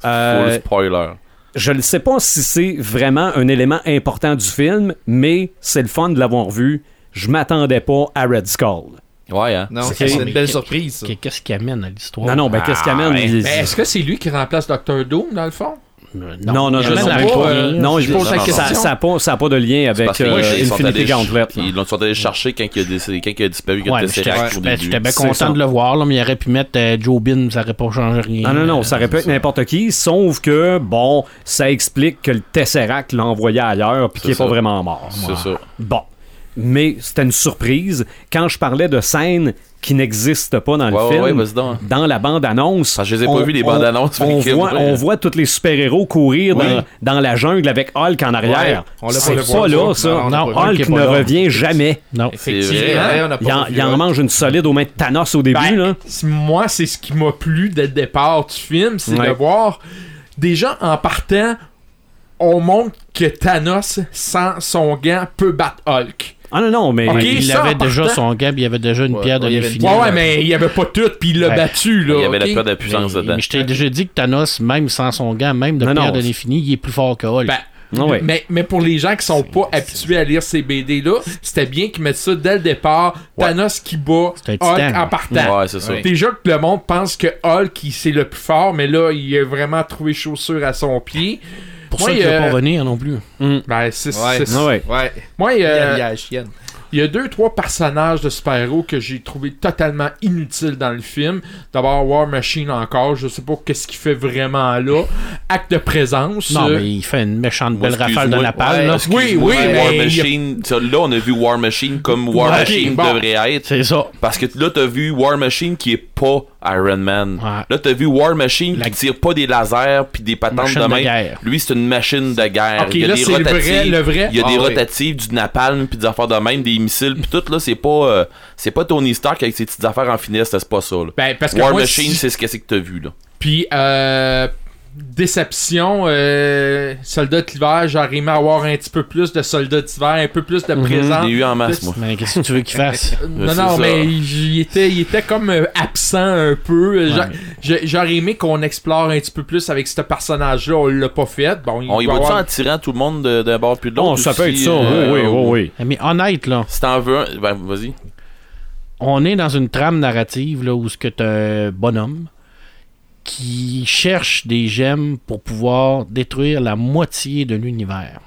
S1: Euh,
S3: Full spoiler.
S1: je ne sais pas si c'est vraiment un élément important du film, mais c'est le fun de l'avoir vu. Je m'attendais pas à Red Skull.
S3: Ouais, hein?
S4: Non,
S5: Ok.
S4: c'est une belle
S5: Qu'est-
S4: surprise. ça.
S5: Qu'est- Qu'est-ce qui amène à l'histoire
S1: Non, non, ben qu'est-ce qu'il
S3: ouais.
S1: amène?
S2: Mais est-ce que c'est lui qui remplace Dr. Doom, dans le fond
S5: Euh,
S1: Non, non,
S5: il y
S1: je
S5: en a
S1: sais
S5: même
S1: pas,
S5: pas.
S2: euh,
S5: là.
S1: Non,
S2: Je
S1: je
S2: pose
S1: ça
S3: la
S1: n'a
S2: question.
S1: pas, ça a pas de lien
S3: C'est parce
S1: avec
S3: que,
S1: euh,
S3: ouais, ils sont
S1: Infinity
S3: allés-
S1: Gauntlet. là.
S3: Ils l'ont sont allés chercher quand il a, décé- quand il a disparu, quand
S5: Ouais,
S3: il
S5: mais
S3: a
S5: j'étais
S3: Tesseract au
S5: ben,
S3: début.
S5: j'étais bien
S1: C'est ça.
S5: content de le voir, là, mais il aurait pu mettre euh, Joe Bin, ça aurait pas changé rien.
S1: Non, non, non, ça
S5: Euh,
S1: aurait pu être n'importe qui, sauf que, bon, ça explique que le Tesseract l'a envoyé ailleurs puis qu'il
S3: C'est
S1: n'est pas
S3: ça.
S1: vraiment mort.
S3: C'est ça.
S1: Bon. Mais c'était une surprise. Quand je parlais de scènes qui n'existent pas dans le
S3: Ouais, ouais,
S1: film,
S3: ouais, vas-y donc.
S1: dans la bande-annonce.
S3: Parce que je les ai pas
S1: on-
S3: vues, les
S1: on-
S3: bandes-annonces,
S1: On,
S3: mais qu'il y a
S1: voit,
S3: de vrai.
S1: on voit tous les super-héros courir dans, dans la jungle avec Hulk en arrière.
S4: Ouais, on l'a pas
S1: C'est
S4: vu.
S1: pas là, ça.
S4: Non, on l'a
S5: pas vu. Hulk
S1: Hulk
S5: est pas
S1: ne
S5: là.
S1: revient jamais.
S5: Non.
S3: C'est vrai.
S2: Effectivement.
S4: Ouais, on a pas
S1: Il en,
S4: vu,
S1: il en
S4: ouais.
S1: mange une solide aux mains de Thanos au début.
S2: Ben,
S1: là.
S2: c- Moi, c'est ce qui m'a plu dès le départ du film, c'est
S1: Ouais.
S2: de voir déjà en partant, on montre que Thanos, sans son gant, peut battre Hulk.
S1: Ah non, non, mais.
S2: Ok.
S5: il
S2: ça,
S5: avait
S2: en
S5: déjà
S2: partant-
S5: son gab, il avait déjà une
S4: Ouais,
S5: pierre de
S4: ouais, il y avait
S5: l'infini.
S4: une
S2: Ouais,
S4: pierre.
S2: ouais, mais il y avait pas tout, puis il l'a
S5: Ouais.
S2: battu, là.
S3: Il y avait la
S2: ok?
S3: peur de la puissance
S5: Mais-
S3: dedans.
S5: mais Ben, je t'ai déjà dit que Thanos, même sans son gant, même de
S1: Non,
S5: pierre
S1: non,
S5: de
S1: c'est-
S5: l'infini, il est plus fort que Hulk.
S2: Ben,
S1: Ah ouais.
S2: mais, mais pour les gens qui sont pas habitués à lire ces BD-là, c'était bien qu'ils mettent ça dès le départ. Thanos qui bat
S5: C'est un
S2: Hulk
S5: titan, là.
S2: en partant.
S3: Ouais, c'est ça.
S2: Déjà que le monde pense que Hulk, il- c'est le plus fort, mais là, il a vraiment trouvé chaussure à son pied.
S5: pour
S2: moi,
S5: ça qu'il va
S2: euh,
S5: pas venir non plus.
S2: Ben, c'est
S4: Ouais.
S2: c'est-
S1: Ah ouais.
S4: Ouais.
S2: Moi,
S4: Il y a
S2: euh,
S4: il y a la chienne.
S2: il y a deux, trois personnages de super-héros que j'ai trouvé totalement inutiles dans le film. D'abord, War Machine encore, je sais pas qu'est-ce qu'il fait vraiment là. Acte de présence.
S5: Non,
S2: euh,
S5: mais il fait une méchante
S3: Moi,
S5: belle rafale de
S3: excuse-moi.
S5: la
S4: Ouais,
S5: palle. là.
S4: excuse-moi.
S2: Oui, oui,
S4: Ouais,
S3: War
S2: mais il y a-
S3: Machine, ça, là, on a vu War Machine comme War
S2: Ouais,
S3: Machine
S2: bon.
S3: devrait être.
S5: C'est ça.
S3: Parce que là, t'as vu War Machine qui est pas Iron Man.
S5: Ouais.
S3: Là, t'as vu War Machine
S5: La-
S3: qui tire pas des lasers puis des patentes
S5: Machine
S3: de
S5: de
S3: main.
S5: guerre.
S3: Lui, c'est une machine de guerre.
S2: Ok,
S3: il y a
S2: là,
S3: des
S2: c'est le vrai-
S3: rotatives,
S2: le vrai.
S3: il y a des
S4: Ah, oui.
S3: rotatives, du napalm puis des affaires de même, des missiles puis tout là, c'est pas euh, c'est pas Tony Stark avec ses petites affaires en finesse, là, c'est pas ça. là.
S2: Ben, parce que
S3: War
S2: moi,
S3: Machine,
S2: si-
S3: c'est ce que c'est que t'as vu là.
S2: Puis, euh, déception, euh, soldat d'hiver, j'aurais aimé avoir un petit peu plus de soldats d'hiver, un peu plus de
S5: Mhm.
S2: présence.
S3: J'ai eu en masse moi.
S5: Mais Ben, qu'est-ce que tu veux qu'il fasse?
S2: Euh,
S3: Ouais,
S2: Non,
S3: c'est
S2: non,
S3: ça.
S2: mais il il était, il était comme euh, absent un peu. Euh, j'a- j'a- J'aurais aimé qu'on explore un petit peu plus avec ce personnage-là. On l'a pas fait. Bon, il
S3: On y
S2: va
S3: va tu
S2: avoir- Oh,
S3: en tirant tout le monde de- d'un bord puis de l'autre.
S1: Bon, Oh, ça peut être
S3: aussi,
S1: ça.
S3: euh,
S1: oui, oui, oui,
S3: ou-
S1: oui.
S5: Mais honnête, là,
S3: Si t'en veux un, ben vas-y.
S5: on est dans une trame narrative là, où ce que t'as un bonhomme qui cherche des gemmes pour pouvoir détruire la moitié de l'univers.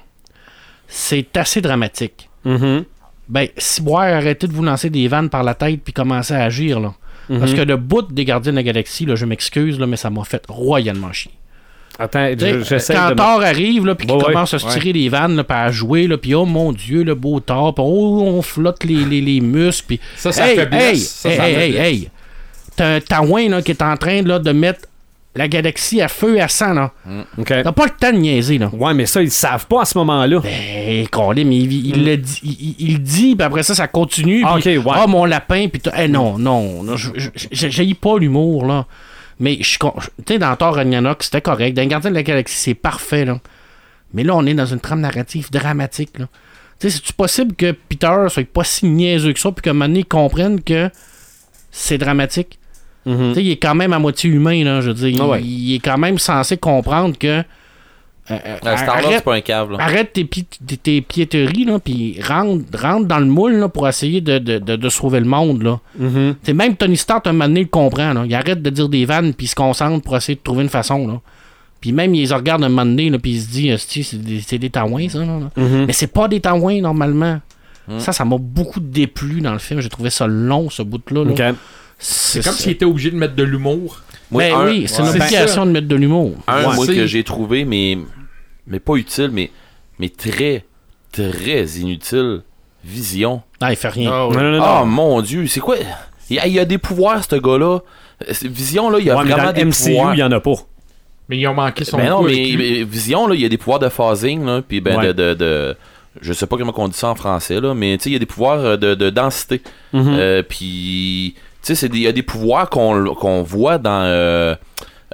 S5: C'est assez dramatique.
S1: Mhm.
S5: Ben, si arrêtez de vous lancer des vannes par la tête puis commencez à agir, là.
S1: Mhm.
S5: Parce que le bout des Gardiens de la Galaxie, là, je m'excuse, là, mais ça m'a fait royalement chier.
S1: Attends,
S5: Tu sais,
S1: je- j'essaie
S5: quand
S1: de.
S5: Thor arrive, là, puis qu'il
S1: Ouais, ouais.
S5: commence à se tirer les vannes, là, puis à jouer, là, puis oh mon Dieu, le beau Thor, puis oh, on flotte les, les, les muscles, puis.
S2: Ça, ça
S5: hey,
S2: faiblesse.
S5: hey,
S2: Ça,
S5: hey,
S2: ça
S5: hey, hey,
S2: faiblesse.
S5: hey. T'as un Tawin là, qui est en train là, de mettre la galaxie à feu et à sang. là.
S1: Ok.
S5: T'as pas le temps de niaiser. Là.
S1: Ouais, mais ça, ils savent pas à ce moment-là.
S5: Ben, Colin, mais il, il le dit, il, il- il le dit, puis après ça, ça continue.
S1: Ah,
S5: puis,
S1: ok, ouais.
S5: Ah, mon lapin, puis t'as- eh, non, non, non, je- je- je- j'ai pas l'humour, là. Mais je suis con- je- Tu sais, dans Thor Ragnarok, c'était correct. Dans Gardien de la Galaxie, c'est parfait, là. Mais là, on est dans une trame narrative dramatique, là. Tu sais, c'est-tu possible que Peter soit pas si niaiseux que ça, puis qu'à un moment donné, il comprenne que c'est dramatique?
S1: Mm-hmm.
S5: Tu sais, il est quand même à moitié humain, là, je veux dire. Il,
S1: Mm. Ah ouais.
S5: il est quand même censé comprendre que... euh, euh,
S3: Euh, Star-Lord,
S5: arrête-
S3: c'est pas un cave là.
S5: Arrête tes, pi- tes- tes piéteries, là, puis rentre, rentre dans le moule, là, pour essayer de, de, de- de sauver le monde, là.
S1: Mm-hmm.
S5: T'sais, même Tony Stark, un moment donné, le comprend, là. Il arrête de dire des vannes, puis il se concentre pour essayer de trouver une façon, là. Puis même, il les regarde un moment donné, là, puis il se dit, Esti, c'est des, c'est des taouins, ça, là.
S1: Mm-hmm.
S5: Mais c'est pas des taouins, normalement.
S3: Hmm.
S5: Ça, ça m'a beaucoup déplu dans le film. J'ai trouvé ça long, ce bout-là. là.
S1: Ok.
S5: C'est
S2: C'est comme s'il était obligé de mettre de l'humour.
S3: Moi,
S5: Ben
S3: un-
S5: oui, c'est
S2: ouais.
S5: une
S2: C'est
S5: obligation de mettre de l'humour.
S3: un
S2: Ouais.
S3: moi
S2: C'est-
S3: que j'ai trouvé mais mais pas utile mais mais très très inutile vision
S5: Ah, il fait rien.
S4: Ah, ouais.
S1: Non, non, non. non.
S3: oh mon dieu c'est quoi il y a, il y a des pouvoirs ce gars là vision là il y a
S1: Ouais, mais
S3: vraiment
S1: dans
S3: des
S1: le MCU,
S3: pouvoirs
S1: il y en a pas.
S2: Mais ils ont manqué son
S3: mais Ben non
S2: coup
S3: mais,
S2: avec lui.
S3: mais vision là il y a des pouvoirs de phasing là puis ben
S1: Ouais.
S3: de, de, de- je sais pas comment on dit ça en français là mais tu sais il y a des pouvoirs euh, de, de densité
S1: Mhm.
S3: Euh, puis tu sais c'est des- il y a des pouvoirs qu'on qu'on voit dans euh,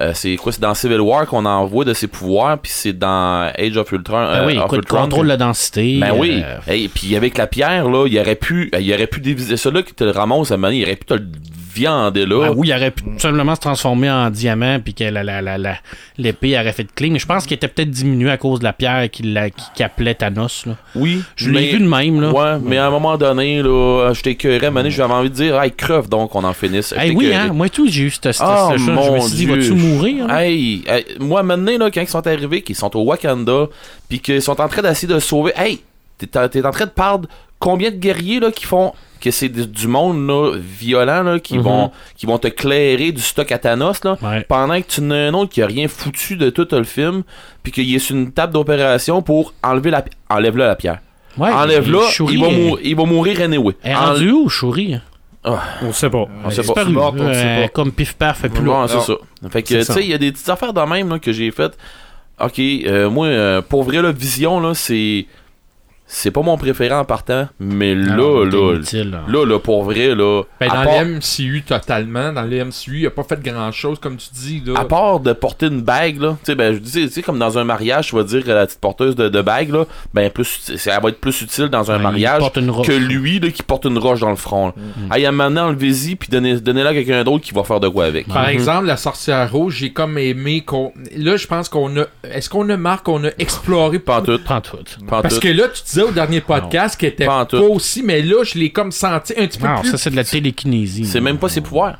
S3: euh, c'est quoi c'est dans Civil War qu'on en voit de ses pouvoirs puis c'est dans Age of Ultron
S5: Ben
S3: euh,
S5: oui,
S3: of
S5: écoute,
S3: Ultron,
S5: contrôle la densité.
S3: ben oui.
S5: euh,
S3: Et puis avec la pierre là, il aurait pu il aurait pu déviser ça là qui te le ramasse à un moment donné, il aurait pu te le viande-là.
S5: Ah oui, il aurait pu simplement se transformer en diamant, puis que la- la- la- la- l'épée aurait fait cling. Mais je pense qu'il était peut-être diminué à cause de la pierre qui, l'a- qui, qui appelait Thanos. Là.
S3: Oui,
S5: Je l'ai vu de même. Là.
S3: Ouais, mais à un moment donné, là, j'étais écœuré, mané, j'avais envie de dire, hey, creuve donc, on en finisse.
S5: Eh
S3: J'étais
S5: oui,
S3: écoeuré.
S5: hein, moi tout, j'ai eu cette cette-
S3: Ah,
S5: cette- ça. Je me
S3: mon
S5: suis dit,
S3: Dieu.
S5: vas-tu mourir? hein? là?
S3: Hey, hey, moi, maintenant, là, quand ils sont arrivés, qu'ils sont au Wakanda, puis qu'ils sont en train d'essayer de sauver. Hey, t'es en, t'es en train de perdre combien de guerriers là, qui font. que c'est du- du monde là, violent là, qui,
S5: Mhm.
S3: vont, qui vont te clairer du stock à Thanos là,
S5: Ouais.
S3: pendant que tu n'as un autre qui a rien foutu de tout le film, puis qu'il est sur une table d'opération pour enlever la. pi- Enlève-le la pierre.
S5: Ouais,
S3: Ah, Enlève-le,
S5: Shuri
S3: il, va
S5: est- euh,
S3: mourir- il va mourir anyway.
S5: est
S3: En-
S5: rendu où, Shuri?
S1: On sait pas.
S3: on sait pas.
S5: Disparu.
S4: Mort, on sait
S5: Euh,
S4: pas.
S5: Comme pif paf, fait plus loin.
S3: Bon, c'est
S4: Non.
S3: ça. Fait
S1: C'est
S3: que, tu
S1: ça.
S3: sais, il y a des petites affaires de même là, que j'ai faites. Ok, euh, moi, euh, pour vrai, la vision, là, c'est. C'est pas mon préféré en partant, mais là, là,
S5: Alors, Ah, t'es inutile, là.
S3: là, là, pour vrai, là.
S2: Ben,
S3: à,
S2: dans
S3: part,
S2: le MCU totalement, dans le MCU, il a pas fait grand chose, comme tu dis. Là.
S3: à part de porter une bague, là, tu sais, ben, je dis, tu sais, comme dans un mariage, tu vas dire euh, la petite porteuse de, de bague, là, ben, plus, c'est- elle va être plus utile dans un
S5: Ouais, Ben, il
S3: mariage
S5: porte une roche.
S3: que lui, là, qui porte une roche dans le front. là. Hey, à maintenant, enlevez-y, puis donnez- donnez-la à quelqu'un d'autre qui va faire de quoi avec.
S2: Par exemple, la sorcière rouge, j'ai comme aimé qu'on. Là, je pense qu'on a. Est-ce qu'on a marre qu'on a exploré
S3: Pas en tout,
S5: Prends tout.
S3: pas en
S2: Parce
S3: tout.
S2: que là, tu disais au dernier podcast qu'elle était
S3: Pas en
S2: pas,
S3: tout.
S2: aussi, mais là, je l'ai comme senti un petit peu
S5: Non,
S2: plus.
S5: ça c'est de la télékinésie.
S3: C'est même pas ses pouvoirs.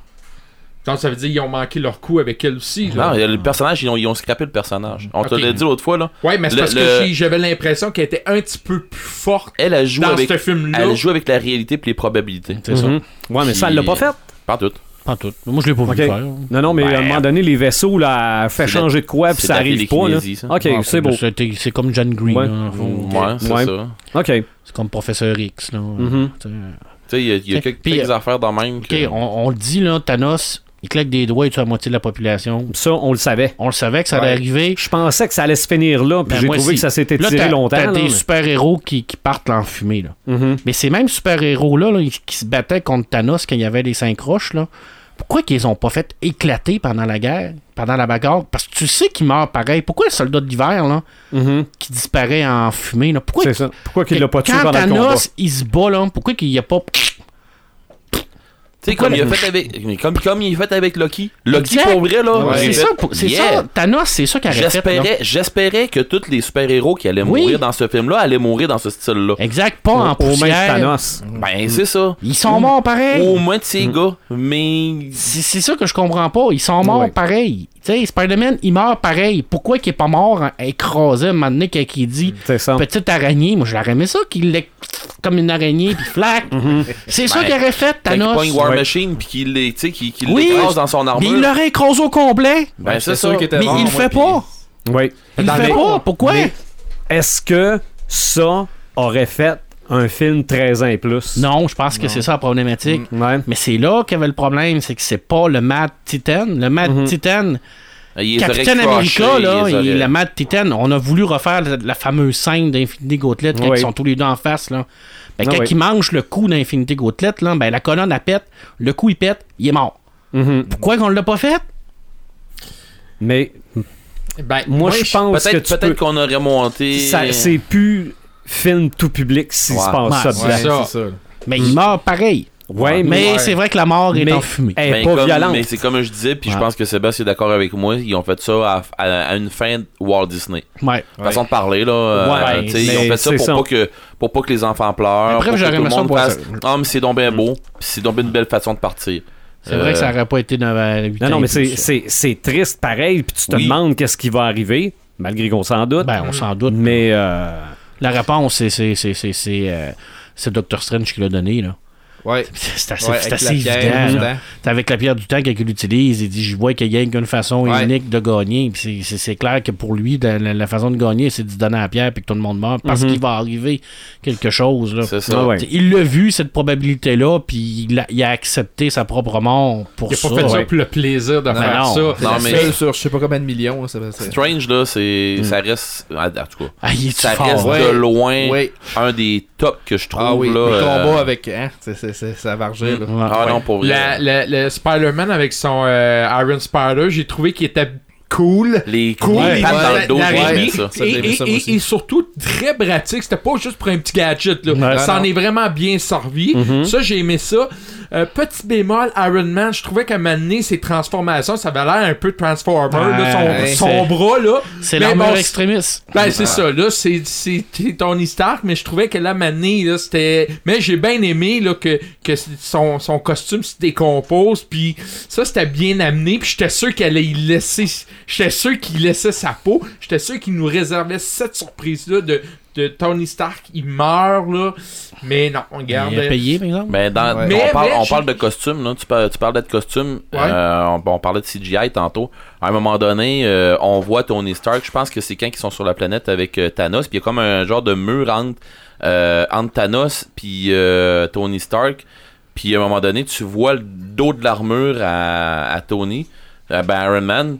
S2: Donc, ça veut dire qu'ils ont manqué leur coup avec elle aussi. là.
S3: Non, le personnage, ils ont, ils ont scrappé le personnage. On te
S2: Ok.
S3: l'a dit l'autre fois, là.
S2: Ouais, mais c'est
S3: Le-
S2: parce
S3: le-
S2: que j'ai- j'avais l'impression qu'elle était un petit peu plus forte
S3: Elle, elle joue
S2: dans
S3: avec.
S2: ce film-là.
S3: Elle joue avec la réalité puis les probabilités.
S5: C'est ça.
S1: Mhm. Ouais, mais ça, elle l'a pas fait.
S3: Pas toutes.
S5: Prends tout. Moi, je l'ai pas vu
S1: Ok.
S5: le faire.
S1: Non, non, mais à un moment donné, les vaisseaux, là, fait
S3: C'est de-
S1: changer de quoi, puis
S3: c'est
S1: ça
S3: de la
S1: arrive pas, là.
S3: télékinésie, ça.
S1: Ok,
S5: Ah,
S1: c'est beau.
S5: c'était- C'est comme John Green.
S1: Ouais.
S5: là, en fond.
S3: Ouais, c'est
S1: Ouais.
S3: ça.
S1: Ok.
S5: C'est comme Professeur X. Là.
S1: Mhm.
S5: Tu sais,
S3: Tu sais, il y a, il y a
S5: Fait-
S3: quelques
S5: puis,
S3: petites affaires dans le même.
S5: Ok,
S3: Que...
S5: on, on le dit, là, Thanos, il claque des doigts et tue la moitié de la population.
S1: Ça, on le savait.
S5: On le savait que ça allait
S2: Ouais.
S5: arriver.
S1: Je pensais que ça allait se finir là, puis
S5: Ben,
S1: j'ai
S5: moi
S1: trouvé
S5: aussi.
S1: que ça s'était
S5: Là,
S1: tiré
S5: t'as-
S1: longtemps.
S5: t'as
S1: là,
S5: des
S1: mais-
S5: super-héros qui, qui partent en fumée. Là.
S1: Mhm.
S5: Mais ces mêmes super-héros-là là, qui se battaient contre Thanos quand il y avait les cinq roches, là, pourquoi qu'ils les ont pas fait éclater pendant la guerre, pendant la bagarre? Parce que tu sais qu'ils meurent pareil. Pourquoi le soldat de l'hiver là,
S1: Mhm.
S5: qui disparaît en fumée? Là, pourquoi
S1: C'est ça. Pourquoi qu'il l'a pas tué
S5: quand
S1: pendant le combat?
S5: Thanos, il se bat, là, pourquoi qu'il n'y a pas...
S3: Tu sais, comme il a fait avec. mais Comme, comme il a fait avec Loki. Loki,
S5: Exact.
S3: pour vrai, là.
S4: Ouais.
S3: j'ai
S5: C'est
S3: fait,
S5: ça, pour- c'est
S3: yeah.
S5: ça, Thanos, c'est ça qu'il aurait fait. là.
S3: J'espérais, j'espérais que tous les super-héros qui allaient
S5: Oui.
S3: mourir dans ce film-là allaient mourir dans ce style-là.
S5: Exact, pas en
S1: Au- Au même
S5: poussière.
S1: Thanos.
S3: Ben,
S5: mm.
S3: c'est ça.
S5: Ils sont morts pareil.
S3: Au moins de ces
S5: Mm.
S3: gars. Mais.
S5: C'est c'est ça que je comprends pas. Ils sont morts
S1: Ouais.
S5: pareil. Tu sais, Spider-Man, il meurt pareil. Pourquoi qu'il est pas mort en- écrasé à un moment donné quand il dit
S1: C'est ça.
S5: petite araignée? Moi, je l'aurais aimé ça qu'il l'ait comme une araignée puis flac. C'est ça
S3: Ben,
S5: qu'il aurait fait,
S3: Quand il
S5: Thanos.
S3: pogne War
S1: Ouais.
S3: Machine puis qu'il les- tu sais, qu'il- qu'il
S5: Oui.
S3: l'écrase dans son
S5: Mais
S3: armure.
S5: il l'aurait écrasé au complet.
S3: Ben, c'est ça.
S4: sûr qu'il était
S5: Mais
S4: mort,
S5: il le
S4: moi,
S5: fait
S4: puis-
S5: pas.
S1: Oui.
S5: Il le fait
S1: Mais-
S5: pas. Pourquoi?
S1: mais- Est-ce que ça aurait fait un film 13 ans et plus?
S5: Non, je pense que c'est ça la problématique.
S1: Ouais.
S5: Mais c'est là qu'il y avait le problème, c'est que c'est pas le Mad Titan. Le Mad
S1: Mhm.
S5: Titan,
S3: Ah, Il les aurait
S5: Capitaine
S3: crushés,
S5: America, là,
S3: il les aurait-
S5: et la Mad Titan, on a voulu refaire la, la fameuse scène d'Infinity Gauntlet quand
S1: Oui.
S5: ils sont tous les deux en face. Là. Ben,
S1: Ah
S5: quand
S1: oui.
S5: ils mangent le coup d'Infinity Gauntlet, là, ben, la colonne elle pète, le coup il pète, il est mort.
S1: Mhm.
S5: Pourquoi qu'on l'a pas fait?
S1: Mais
S2: Ben,
S1: moi, je pense que
S3: Peut-être
S1: tu
S3: peut-être
S1: peux...
S3: qu'on aurait monté.
S1: ça- C'est plus film tout public s'il
S3: Ouais.
S1: se passe ça
S5: Ouais, c'est
S4: Ouais,
S1: dedans.
S2: ça.
S4: c'est ça. là.
S5: Mais Ben, il meurt pareil.
S1: Mm. Ouais, mais...
S5: Mais
S2: ouais.
S5: c'est vrai que la mort est
S1: mais Eh.
S5: enfumée.
S1: elle est
S3: Ben,
S1: pas
S3: comme-
S1: violente.
S3: Mais c'est comme je disais, puis je
S5: Ouais.
S3: pense que Sébastien est d'accord avec moi, ils ont fait ça à, à- à une fin de Walt Disney.
S5: Ouais.
S3: Façon de parler, là. euh,
S1: Ouais,
S3: tu sais, ils
S1: mais
S3: ont fait ça
S1: c'est
S3: pour,
S1: ça.
S3: Pas que, pour pas que les enfants pleurent.
S5: Après,
S3: pour que
S5: j'aurais
S3: tout
S5: aimé
S3: le
S5: ça
S3: monde
S5: pour
S3: fasse,
S5: ça.
S3: Ah, mais c'est donc bien beau, puis c'est donc bien une belle façon de partir. Euh,
S5: C'est vrai que ça aurait pas été 9 à 8
S1: Non,
S5: ans
S1: non,
S5: et
S1: mais
S5: tout
S1: c'est-
S5: ça.
S1: c'est c'est triste pareil, puis tu te
S3: Oui.
S1: demandes qu'est-ce qui va arriver, malgré qu'on s'en doute.
S5: Ben, on s'en doute.
S1: Mais euh,
S5: La réponse, c'est- c'est- c'est c'est- c'est, euh, c'est Doctor Strange qui l'a donné. là.
S4: Ouais.
S5: C'est assez,
S4: Ouais,
S5: c'est
S4: avec
S5: assez
S4: la hein.
S5: évident.
S4: pierre,
S5: là.
S4: dedans.
S5: C'est avec la pierre du temps qu'il l'utilise. Il dit Je vois qu'il y a qu'une façon
S4: Ouais.
S5: unique de gagner. Puis c'est- c'est c'est clair que pour lui, la, la- la façon de gagner, c'est de se donner à la pierre puis que tout le monde meurt parce qu'il va arriver quelque chose. là.
S3: C'est ça.
S1: Ah ouais.
S5: T'sais, Il l'a vu, cette probabilité-là, puis il a, il a accepté sa propre mort pour
S2: Il a
S5: ça.
S2: pas fait ça
S5: Ouais.
S2: pour le plaisir de
S5: Non,
S2: faire
S5: non.
S2: ça.
S4: C'est
S3: Non,
S4: la
S3: mais-
S4: seule sur je sais pas combien de millions. là, ça, ça-
S3: Strange, là, c'est ça reste. En en tout cas,
S5: Ah, il est
S3: ça
S5: fort.
S3: reste
S5: hein?
S4: ouais.
S3: de loin
S4: Ouais.
S3: un des tops que je trouve.
S4: Ah oui,
S3: là,
S4: le
S3: euh,
S4: combat avec. Hein, c'est- c'est- c'est- ça vargeait, là.
S5: Ouais.
S3: Ah non, pour vrai.
S2: La- la- le Spider-Man avec son euh, Iron Spider, j'ai trouvé qu'il était cool.
S3: Les
S2: Cool,
S3: coups, les
S2: il
S3: pattes
S2: va-
S3: dans le
S2: la-
S3: dos,
S2: l'araignée.
S3: j'aimais ça.
S4: ça,
S2: et,
S4: j'aimais
S2: et-
S4: ça, moi
S2: et-
S4: aussi.
S2: et surtout très pratique. C'était pas juste pour un petit gadget. Là.
S5: Ouais.
S2: ça
S4: Non,
S2: en
S4: non.
S3: Mm-hmm.
S2: est vraiment bien servi. Ça, j'ai aimé ça. Euh, petit bémol, Iron Man, je trouvais qu'à un moment donné, ses transformations, ça avait l'air un peu Transformer, là, son,
S5: Ouais,
S2: son
S5: c'est-
S2: bras, là.
S5: C'est
S2: Mais
S5: l'armure
S2: bon,
S5: extrémiste.
S2: Ben, c'est ça, là, c'est- c'est c'est Tony Stark, mais je trouvais que la manée, là, c'était... Mais j'ai bien aimé, là, que, que son, son costume se décompose, puis ça, c'était bien amené, puis j'étais sûr qu'elle allait y laisser... J'étais sûr qu'il laissait sa peau, j'étais sûr qu'il nous réservait cette surprise-là de, de Tony Stark, il meurt, là, mais non, on garde...
S5: Il a payé, par exemple.
S3: Mais Ben, dans,
S4: Ouais.
S2: Mais-
S3: on, parle,
S2: mais
S3: on
S2: je-
S3: parle de costume, là. Tu, par- tu parlais de costume.
S2: Ouais.
S3: Euh, on, on parlait de CGI tantôt. À un moment donné, euh, on voit Tony Stark. Je pense que c'est quand qui sont sur la planète avec euh, Thanos. Puis il y a comme un genre de mur entre, euh, entre Thanos puis euh, Tony Stark. Puis à un moment donné, tu vois le dos de l'armure à, à Tony, à ben, Iron Man.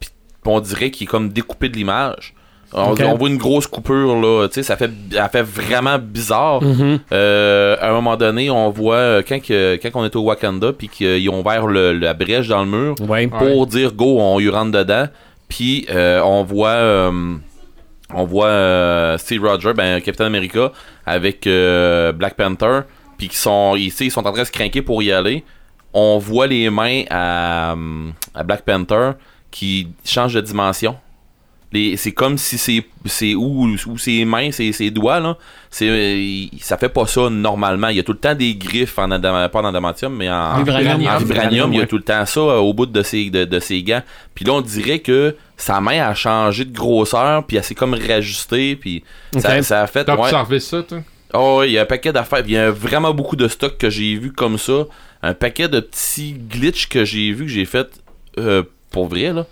S3: Puis on dirait qu'il est comme découpé de l'image. On,
S1: Ok.
S3: on voit une grosse coupure là, tu sais, ça fait, ça fait vraiment bizarre.
S2: Mm.
S1: Mhm.
S3: Euh, à un moment donné, on voit euh, quand, que- quand on est au Wakanda, puis qu'ils ont ouvert le- la brèche dans le mur
S1: Ouais.
S3: pour dire go, on y rentre dedans. Puis euh, on voit, euh, on voit euh, Steve Rogers, ben Captain America, avec euh, Black Panther, puis qui sont, ils, tu sais, ils sont en train de se craquer pour y aller. On voit les mains à, euh, à Black Panther qui changent de dimension. Les- C'est comme si c'est c'est où, où ses mains, ses, ses doigts là, c'est euh, il- ça fait pas ça normalement. Il y a tout le temps des griffes en adama- pas en adamantium mais en
S5: Vibranium.
S3: en
S5: Ah,
S3: vibranium, il y a tout le temps ça euh, au bout de ses, de, de ses gants. Puis là, on dirait que sa main a changé de grosseur, puis elle s'est comme réajustée, puis ça,
S1: Ok.
S3: ça a fait...
S2: T'as
S3: ouais.
S2: observé ça, toi?
S3: Oh, il y a un paquet d'affaires. Il y a vraiment beaucoup de stocks que j'ai vu comme ça. Un paquet de petits glitches que j'ai vu que j'ai fait euh, pour vrai, là.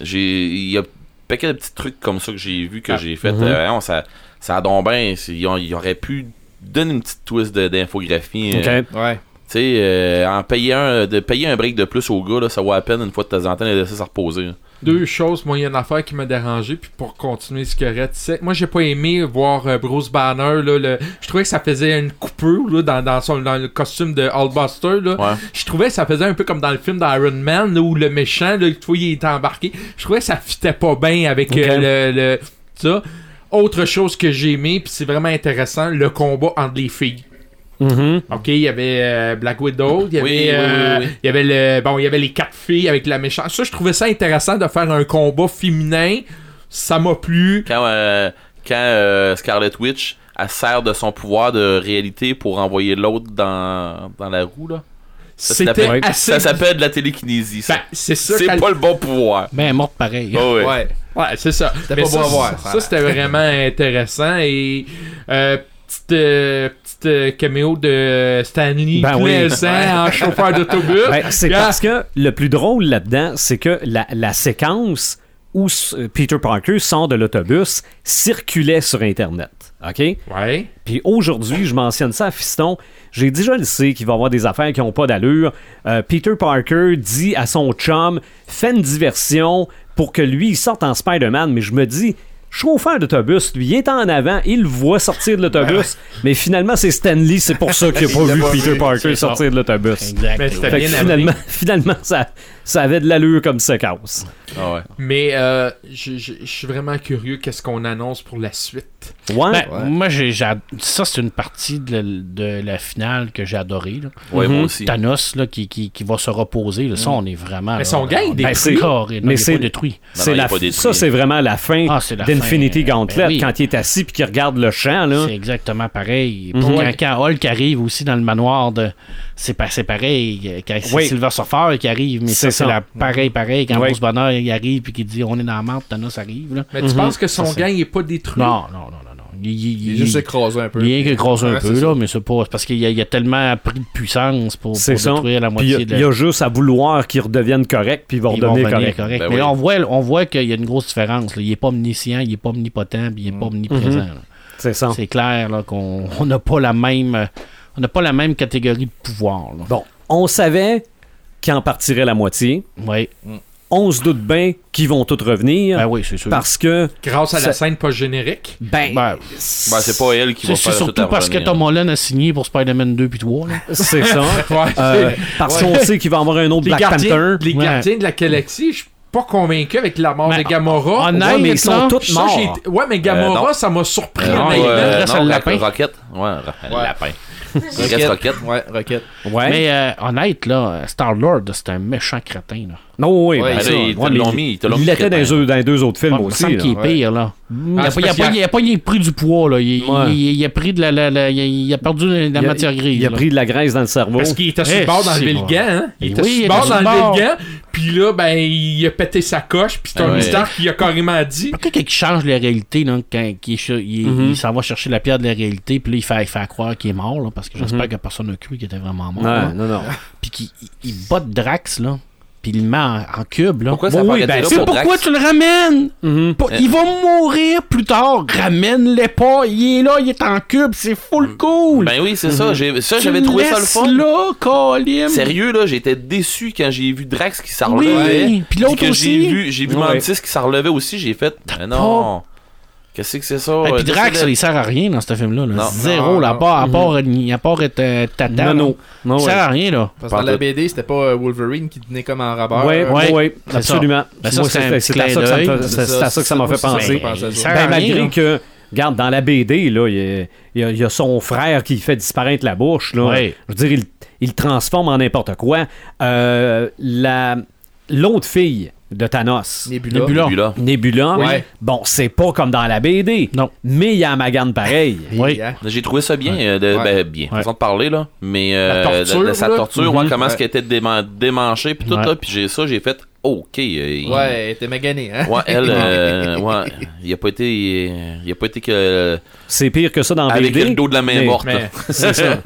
S3: J'ai, il y a un paquet de petits trucs comme ça que j'ai vu que
S2: Ah.
S3: j'ai fait.
S1: Mhm.
S3: Euh, non, ça, ça a donc bien. c'est- Ils, ont- ils auraient pu donner une petite twist de- d'infographie. euh,
S1: Ok.
S4: Ouais.
S3: tu sais, euh, en payer un, de payer un break de plus au gars, là, ça vaut à peine une fois de temps en temps de laisser ça reposer. là.
S2: Deux choses, moi, il y a une affaire qui m'a dérangé, puis pour continuer ce que Red c'est moi, j'ai pas aimé voir euh, Bruce Banner, là, le- je trouvais que ça faisait une coupure, là, dans, dans son, dans le costume de Hulkbuster, là.
S3: Ouais.
S2: Je trouvais que ça faisait un peu comme dans le film d'Iron Man, là, où le méchant, là, tu vois, il était embarqué. Je trouvais que ça fitait pas bien avec euh,
S1: Ok.
S2: le, le- ça. Autre chose que j'ai aimé, puis c'est vraiment intéressant, le combat entre les filles.
S1: Mhm.
S2: Ok, il y avait euh, Black Widow, il y avait,
S3: Oui, oui,
S2: euh,
S3: oui, oui.
S2: il y avait le, bon, il y avait les quatre filles avec la méchante. Ça, je trouvais ça intéressant de faire un combat féminin. Ça m'a plu.
S3: Quand, euh, quand euh, Scarlet Witch, elle sert de son pouvoir de réalité pour envoyer l'autre dans, dans la roue, là. Ça
S2: C'était
S3: s'appelle-
S2: assez.
S3: Ça s'appelle de la télékinésie, ça.
S2: Ben, c'est ça.
S3: c'est
S2: qu'elle-
S3: pas le bon pouvoir.
S5: Ben, elle est morte pareil.
S3: Ah ouais.
S4: Ouais.
S2: Ouais, c'est ça.
S4: C'était
S2: Mais
S4: pas
S2: ça,
S4: beau à
S2: ça,
S4: voir,
S2: ça,
S4: ça.
S2: c'était vraiment intéressant. Et euh, petite, euh, petite euh, caméo de Stanley
S1: Ben oui.
S2: Pleasant en chauffeur d'autobus.
S3: Ah,
S1: Ben, c'est
S2: Gars,
S1: parce que le plus drôle là-dedans, c'est que la, la séquence où s- euh, Peter Parker sort de l'autobus circulait sur Internet. OK?
S2: Ouais.
S1: Puis aujourd'hui, je mentionne ça à Fiston. J'ai déjà le sais qu'il va y avoir des affaires qui n'ont pas d'allure. Euh, Peter Parker dit à son chum fais une diversion pour que lui il sorte en Spider-Man. Mais je me dis chauffeur d'autobus, lui, il est en avant, il le voit sortir de l'autobus. mais finalement, c'est Stanley, c'est pour ça qu'il n'a pas
S4: Il l'a
S1: vu
S4: pas
S1: Peter
S4: vu,
S1: Parker
S5: c'est ça.
S1: sortir de l'autobus.
S5: Exact.
S2: Mais c'était
S1: Fait que
S2: bien amené.
S1: finalement, finalement ça, ça avait de l'allure comme séquence.
S3: Ah ouais.
S2: Mais euh, je je- je suis vraiment curieux qu'est-ce qu'on annonce pour la suite.
S1: Ouais.
S5: Ben,
S4: Ouais.
S5: Moi, j'ai, j'ai ad- ça, c'est une partie de, la- de la finale que j'ai adorée. là.
S3: Ouais,
S1: Mhm.
S3: moi aussi.
S5: Thanos là, qui, qui, qui va se reposer. Là. Ça, on est vraiment.
S2: Mais son gang, des
S1: Ben, c'est- mais
S5: mais
S1: c'est-
S5: c'est détruit.
S1: c'est
S3: ben, il
S1: la
S3: est pas
S1: f-
S3: détruit.
S1: ça, c'est vraiment la fin
S5: Ah, c'est la
S1: d'Infinity
S5: fin, euh,
S1: Gauntlet
S5: ben oui.
S1: quand il est assis puis qu'il regarde le champ. Là.
S5: C'est exactement pareil.
S1: Mhm.
S5: Puis
S1: Ouais.
S5: Quand, quand Hulk arrive aussi dans le manoir, de, c'est, pa- c'est pareil. Quand c'est
S1: Oui.
S5: Silver Surfer qui arrive, mais
S1: C'est
S5: ça,
S1: ça.
S5: c'est la, pareil, pareil. Quand
S1: Oui.
S5: Bruce Banner il arrive puis qu'il dit on est dans la merde, Thanos arrive. Là.
S1: Mhm.
S2: Mais tu penses que son gang est pas détruit?
S5: Non, non, non, non. non. Il, il-
S4: Il est
S5: il-
S4: juste écrasé un peu.
S5: Bien qu'il croise un
S4: Ouais,
S5: peu,
S4: c'est
S5: là, mais c'est pas. c'est parce qu'il y, a- il y a tellement pris de puissance pour, pour
S1: C'est ça.
S5: détruire la
S1: Puis il y a-
S5: moitié de
S1: il y, a juste à vouloir qu'il redevienne correct, puis il va
S5: ils vont
S1: redevenir correct.
S5: revenir correct.
S3: Ben
S5: mais
S3: oui.
S5: là, on voit, on voit qu'il y a une grosse différence. là. Il est pas omniscient, il est pas omnipotent, puis il est
S3: Mm.
S5: pas omniprésent. là.
S1: C'est ça.
S5: C'est clair là, qu'on on n'a pas la même. euh, On n'a pas la même catégorie de pouvoir. là.
S1: Bon, on savait qu'il en partirait la moitié.
S5: Ouais.
S1: On se doute bien qu'ils vont tous revenir
S5: Ben oui, c'est sûr.
S1: parce que,
S2: Grâce à
S1: Ça-
S2: la scène post-générique.
S1: ben,
S5: Ben,
S3: Ben, c'est pas elle qui va
S5: c'est
S3: faire
S5: c'est
S3: tout
S5: surtout
S3: la
S5: parce que
S3: revenir.
S5: Tom Holland a signé pour Spider-Man 2 puis 3. là.
S1: c'est ça.
S2: Ouais.
S1: Euh, parce qu'on sait qu'il va y avoir un autre
S2: les
S1: Black
S2: gardiens,
S1: Panther.
S2: les
S5: Ouais.
S2: gardiens de la galaxie, je suis pas convaincu avec la mort
S5: Mais
S2: de Gamora.
S5: honnête,
S1: Ouais, mais ils
S5: Night,
S1: sont
S5: là,
S1: tous
S2: Ça, j'ai
S1: morts.
S2: été- ouais, mais Gamora,
S3: Euh, non.
S2: ça m'a surpris.
S5: Non,
S2: honnêtement.
S5: ouais. reste
S3: non,
S5: le
S3: Ra-
S5: lapin.
S3: Rocket. Ouais, Ra-
S4: Ouais.
S3: lapin. Il reste Rocket.
S4: Ouais, Rocket.
S1: Ouais.
S5: Mais euh, honnête, là, Star-Lord, c'est un méchant crétin. Là.
S1: Non, oui,
S4: Ouais,
S1: ben
S3: Ben
S1: ça,
S3: là, ils te
S1: ouais, mais
S3: l'ont
S1: il-
S3: mis, ils te l'ont
S1: Il
S3: mis
S1: l'était dans, les
S3: crétin.
S1: deux- dans les deux autres films
S5: Ouais,
S1: aussi.
S5: Il me semble
S1: là.
S5: qu'il est
S4: ouais.
S5: pire, là. Il
S2: Ah,
S5: a,
S2: c'est
S5: pas- il
S2: parce
S5: a pas,
S2: qu'il a-
S5: il a pas- il a pris du poids, là. Il,
S1: Ouais.
S5: il- il a pris de la, la- la- il, a, il a perdu de la
S1: Il a-
S5: matière grise.
S1: Il a
S5: là.
S1: pris de la graisse dans le cerveau.
S2: Parce qu'il était sur
S5: Eh,
S2: le bord dans le
S5: c'est
S2: Bilgan,
S5: bon.
S2: hein? Il
S5: Eh
S2: était
S5: oui,
S2: sur
S5: il
S2: le
S5: était
S2: bord
S5: sur
S2: dans
S5: le
S2: le
S5: bord.
S2: Bilgan, puis là, ben, il a pété sa coche, puis
S3: Ah
S2: Tony
S3: ouais.
S2: Stark, il a carrément dit.
S5: Quelqu'un qui change la réalité, là, quand, qui est sur- il,
S1: Mhm.
S5: il s'en va chercher la pierre de la réalité, puis là, il fait, il fait croire qu'il est mort, là, parce que j'espère
S3: Mhm.
S5: que personne n'a cru qu'il était vraiment mort. là.
S1: Non, non, non.
S5: Puis qu'il il- il bat Drax, là, puis il le met en, en cube, là.
S3: Pourquoi ça
S1: Oui,
S3: va
S1: ben,
S3: arrêter là
S5: C'est
S3: pour
S5: pourquoi
S3: Drax? Euh.
S5: tu le ramènes?
S1: Mhm.
S5: Pas- Il va mourir plus tard. Ramène-le pas. Il est là, il est en cube. C'est full cool. Mhm.
S3: Ben oui, c'est ça. j'ai- Ça,
S5: Tu
S3: j'avais trouvé ça le
S5: laisses
S3: fun.
S5: là, Colim.
S3: Sérieux, là, j'étais déçu quand j'ai vu Drax qui s'en
S5: Oui,
S3: relevait.
S5: puis l'autre
S3: que
S5: aussi.
S3: J'ai vu, j'ai vu
S1: Ouais.
S3: Mantis qui s'en relevait aussi, j'ai fait. Mais non. Qu'est-ce que euh, c'est ça?
S5: Et Ben, puis
S3: Laissez-le.
S5: Drax, il sert à rien dans ce film-là. là.
S3: Non. Mhm.
S5: Zéro,
S4: Non,
S5: là, à
S4: non.
S5: part, à part, à part être euh, tata.
S1: Non, non. Non,
S5: là. Il
S1: Ah ouais.
S5: sert à rien, là.
S4: Parce que dans la BD, c'était pas euh, Wolverine qui tenait comme en rabat.
S1: Ouais,
S4: Euh,
S1: ouais,
S5: Ouais,
S1: ouais,
S5: c'est
S1: absolument.
S5: Ben, ça,
S1: Moi,
S5: c'est un
S1: c'était-
S5: petit
S1: c'était à
S5: clin
S1: ça que ça me
S5: d'œil.
S1: fait- c'est- c'est à ça que ça m'a fait
S4: c'est- c'est-
S1: penser.
S4: c'est- c'est-
S5: Ben,
S1: Ben,
S5: rien,
S1: malgré
S5: là.
S1: que, regarde, dans la BD, là, il y, a- il y a- il y a son frère qui fait disparaître la bouche. Là.
S5: Ouais.
S1: Je veux dire, il, il le transforme en n'importe quoi. Euh, la, l'autre fille de Thanos,
S4: Nebula.
S5: Nebula.
S3: Puis là,
S1: Nebula,
S4: Ouais.
S1: bon, c'est pas comme dans la BD,
S5: Non.
S1: mais il y a Magane pareil.
S5: Oui.
S4: Yeah.
S3: j'ai trouvé ça bien, euh, de-
S4: Ouais.
S3: ben, bien,
S5: Ouais.
S3: façon de parler, là. Mais euh,
S4: La torture,
S3: de- de sa
S4: là.
S3: torture,
S4: Mhm.
S3: ouais, comment est-ce
S4: Ouais.
S3: qu'elle était déman- démanchée, puis tout,
S5: Ouais.
S3: là. Puis j'ai ça, j'ai fait, OK. euh, il-
S4: Ouais, elle était maganée, hein?
S3: Ouais, elle, euh, ouais, il a pas été, il a pas été que
S1: C'est pire que ça dans la
S3: avec
S1: BD.
S3: le dos de la main
S1: mais-
S3: morte. là.
S2: Mais,
S1: C'est ça.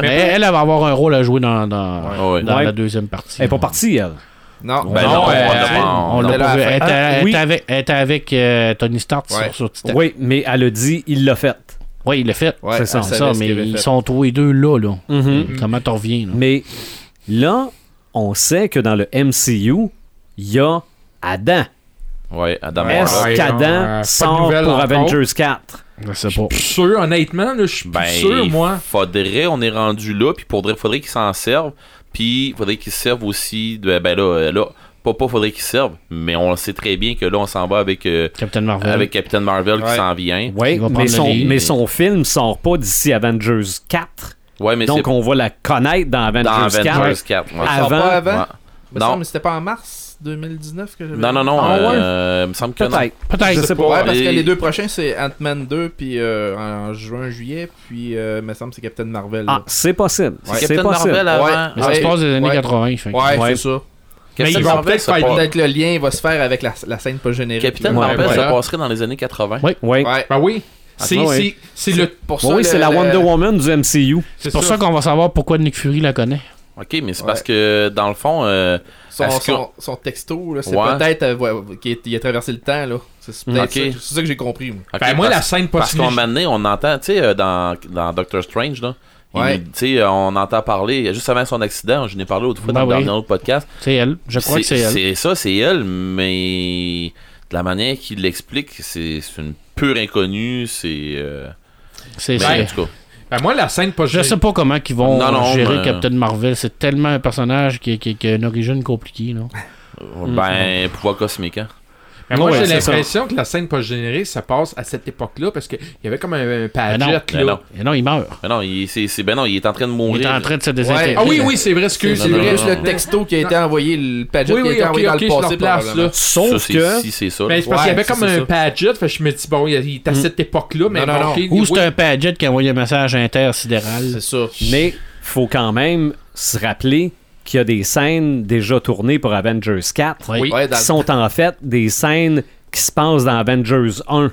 S5: Mais elle, elle va avoir un rôle à jouer dans, dans,
S3: Ouais, ouais.
S5: dans
S1: Ouais.
S5: la deuxième partie.
S1: Elle est pas
S5: là.
S1: partie, elle.
S4: Non,
S3: Ben non,
S2: Non,
S3: on
S2: euh,
S3: l'a pas-
S5: On
S3: on
S5: l'a
S4: Elle
S5: pas
S4: a
S5: vu.
S4: la
S5: Elle
S4: fin.
S5: était-
S1: Ah,
S5: elle
S1: oui.
S5: était avec, elle était avec euh, Tony Stark
S4: Ouais.
S5: sur, sur Titan.
S1: Oui, mais elle a dit, il l'a fait.
S5: Oui, il l'a fait.
S4: Ouais,
S1: C'est ça,
S4: elle
S5: C'est
S4: savait
S5: ça,
S4: ce
S5: mais
S4: qu'il avait
S5: ils
S4: fait.
S5: sont tous les deux là, là.
S1: Mhm.
S5: Comment t'en reviens, là?
S1: Mais là, on sait que dans le MCU, il y a Adam.
S3: Ouais, Adam
S2: Ouais.
S1: Est-ce
S3: Warlock.
S2: Ouais, non, euh, pas
S1: qu'Adam
S2: de
S1: sort
S2: nouvelles
S1: pour
S2: encore.
S1: Avengers 4?
S5: Je sais pas.
S2: je suis sûr, honnêtement, là, je suis plus
S3: Ben,
S2: sûr, moi.
S3: faudrait, on est rendu là, puis faudrait, faudrait qu'ils s'en servent, puis faudrait qu'ils servent aussi de, ben là, euh, là, pas, pas faudrait qu'ils servent, mais on sait très bien que là, on s'en va avec, euh,
S5: Captain Marvel.
S3: avec Captain Marvel qui
S4: Ouais.
S3: s'en vient.
S1: Oui,
S5: Il va
S1: mais
S5: prendre
S1: son,
S5: le lead.
S1: mais son film sort pas d'ici Avengers 4.
S3: Ouais, mais c'est
S1: donc, on va la connaître dans Avengers,
S3: dans Avengers
S1: 4.
S3: 4. ouais.
S1: Ah,
S4: Sort
S1: avant-
S4: pas
S3: Ouais.
S4: avant? Me
S3: Non.
S4: semble que c'était pas en mars 2019 que j'avais
S3: Non, non, non,
S1: Ah, ouais.
S3: euh, il me semble que non.
S1: Peut-être.
S5: Peut-être.
S1: Je sais pas.
S4: Ouais, parce que
S3: Et-
S4: les deux prochains, c'est Ant-Man 2, puis euh, en juin, juillet, puis euh, me semble que c'est Captain Marvel.
S1: Ah,
S4: là.
S1: c'est possible.
S3: C'est
S1: C'est
S3: Captain
S1: possible.
S3: Marvel avant.
S4: Ouais.
S5: Mais ça
S4: Ouais.
S5: se passe des années
S4: Ouais.
S5: 80. fait que-
S4: Ouais,
S1: Ouais.
S4: c'est ça.
S2: Mais
S3: Captain
S2: ils vont
S3: Marvel,
S2: peut-être
S3: ça
S2: faire
S3: passe-
S4: Peut-être le lien va se faire avec la, la scène pas générique.
S3: Captain
S4: Ouais,
S3: Marvel,
S2: ouais.
S3: ça passerait dans les années 80.
S5: Ouais.
S1: Oui,
S4: Ouais.
S2: Ben oui. C'est
S1: Ah,
S2: c'est-
S1: ouais.
S2: c'est le.
S4: Pour
S1: oui, c'est
S4: le-
S1: la
S4: le-
S1: Wonder Woman du MCU.
S5: C'est pour ça qu'on va savoir pourquoi Nick Fury la connaît.
S3: Ok, mais c'est
S4: Ouais.
S3: parce que, dans le fond, euh,
S4: Son,
S3: Est-ce que-
S4: son- son texto, là, c'est
S3: Ouais.
S4: peut-être euh, ouais, qu'il est- il a traversé le temps. là. C'est peut-être
S3: Ok.
S4: ça, que- c'est ça que j'ai compris. moi.
S3: ok,
S2: Ben moi, la
S3: parce-
S2: scène pas
S3: Parce qu'à un
S2: signifi-
S3: moment donné, on entend, tu sais, euh, dans, dans Doctor Strange, là, il-
S4: Ouais.
S3: tu sais, euh, on entend parler, juste avant son accident, je n'ai parlé autrefois
S5: Ben
S3: dans
S5: oui.
S3: le dernier autre podcast.
S5: C'est elle. Je crois que c'est elle.
S3: C'est ça, c'est elle, mais de la manière qu'il l'explique, c'est c'est une pure inconnue, c'est. euh,
S5: C'est
S3: mais
S5: c'est-
S3: en tout cas,
S2: Ben moi, la scène pas
S5: Je sais pas comment qu'ils vont
S3: Non, non,
S5: gérer
S3: mais-
S5: Captain Marvel. C'est tellement un personnage qui, qui- qui a une origine compliquée. Là.
S3: ben, pouvoir cosmique, hein.
S2: Mais moi,
S5: Ouais,
S2: j'ai
S5: c'est ça.
S2: l'impression que la scène post-générée, ça passe à cette époque-là parce qu'il y avait comme un, un
S5: Mais non,
S2: padjet,
S3: mais
S2: là.
S3: non.
S5: Et non, il meurt.
S3: Ben non, il, c'est c'est- ben non, il est en train de
S5: Il
S3: mourir.
S5: est en train de se désintégrer.
S2: Ah oui, oui, c'est vrai,
S4: C'est
S2: excuse.
S4: c'est
S3: non, non,
S4: vrai,
S3: non,
S4: c'est
S3: non.
S4: le texto qui a été envoyé, le paget
S2: Oui,
S4: qui a
S2: oui,
S4: été
S2: ok,
S4: envoyé
S2: ok, je
S4: dans
S2: leur
S4: le passé.
S2: place, là.
S4: probablement.
S3: Ça,
S1: Sauf
S3: c'est-
S1: que...
S3: Si, c'est ça.
S2: Mais c'est parce
S4: Ouais,
S2: qu'il y avait
S4: c'est
S2: comme
S4: ça,
S2: un
S4: ça.
S2: padjet, fait que je me dis, bon, il il est à cette époque-là, mais
S4: Non, non,
S2: bon,
S4: non.
S2: ok,
S5: Ou
S2: oui.
S5: c'est un Paget qui envoyait un message
S4: C'est
S5: intersidéral.
S4: ça.
S1: Mais faut quand même se rappeler qu'il y a des scènes déjà tournées pour Avengers 4
S5: Oui.
S4: Ouais,
S1: qui
S4: dans-
S1: sont en fait des scènes qui se passent dans Avengers 1.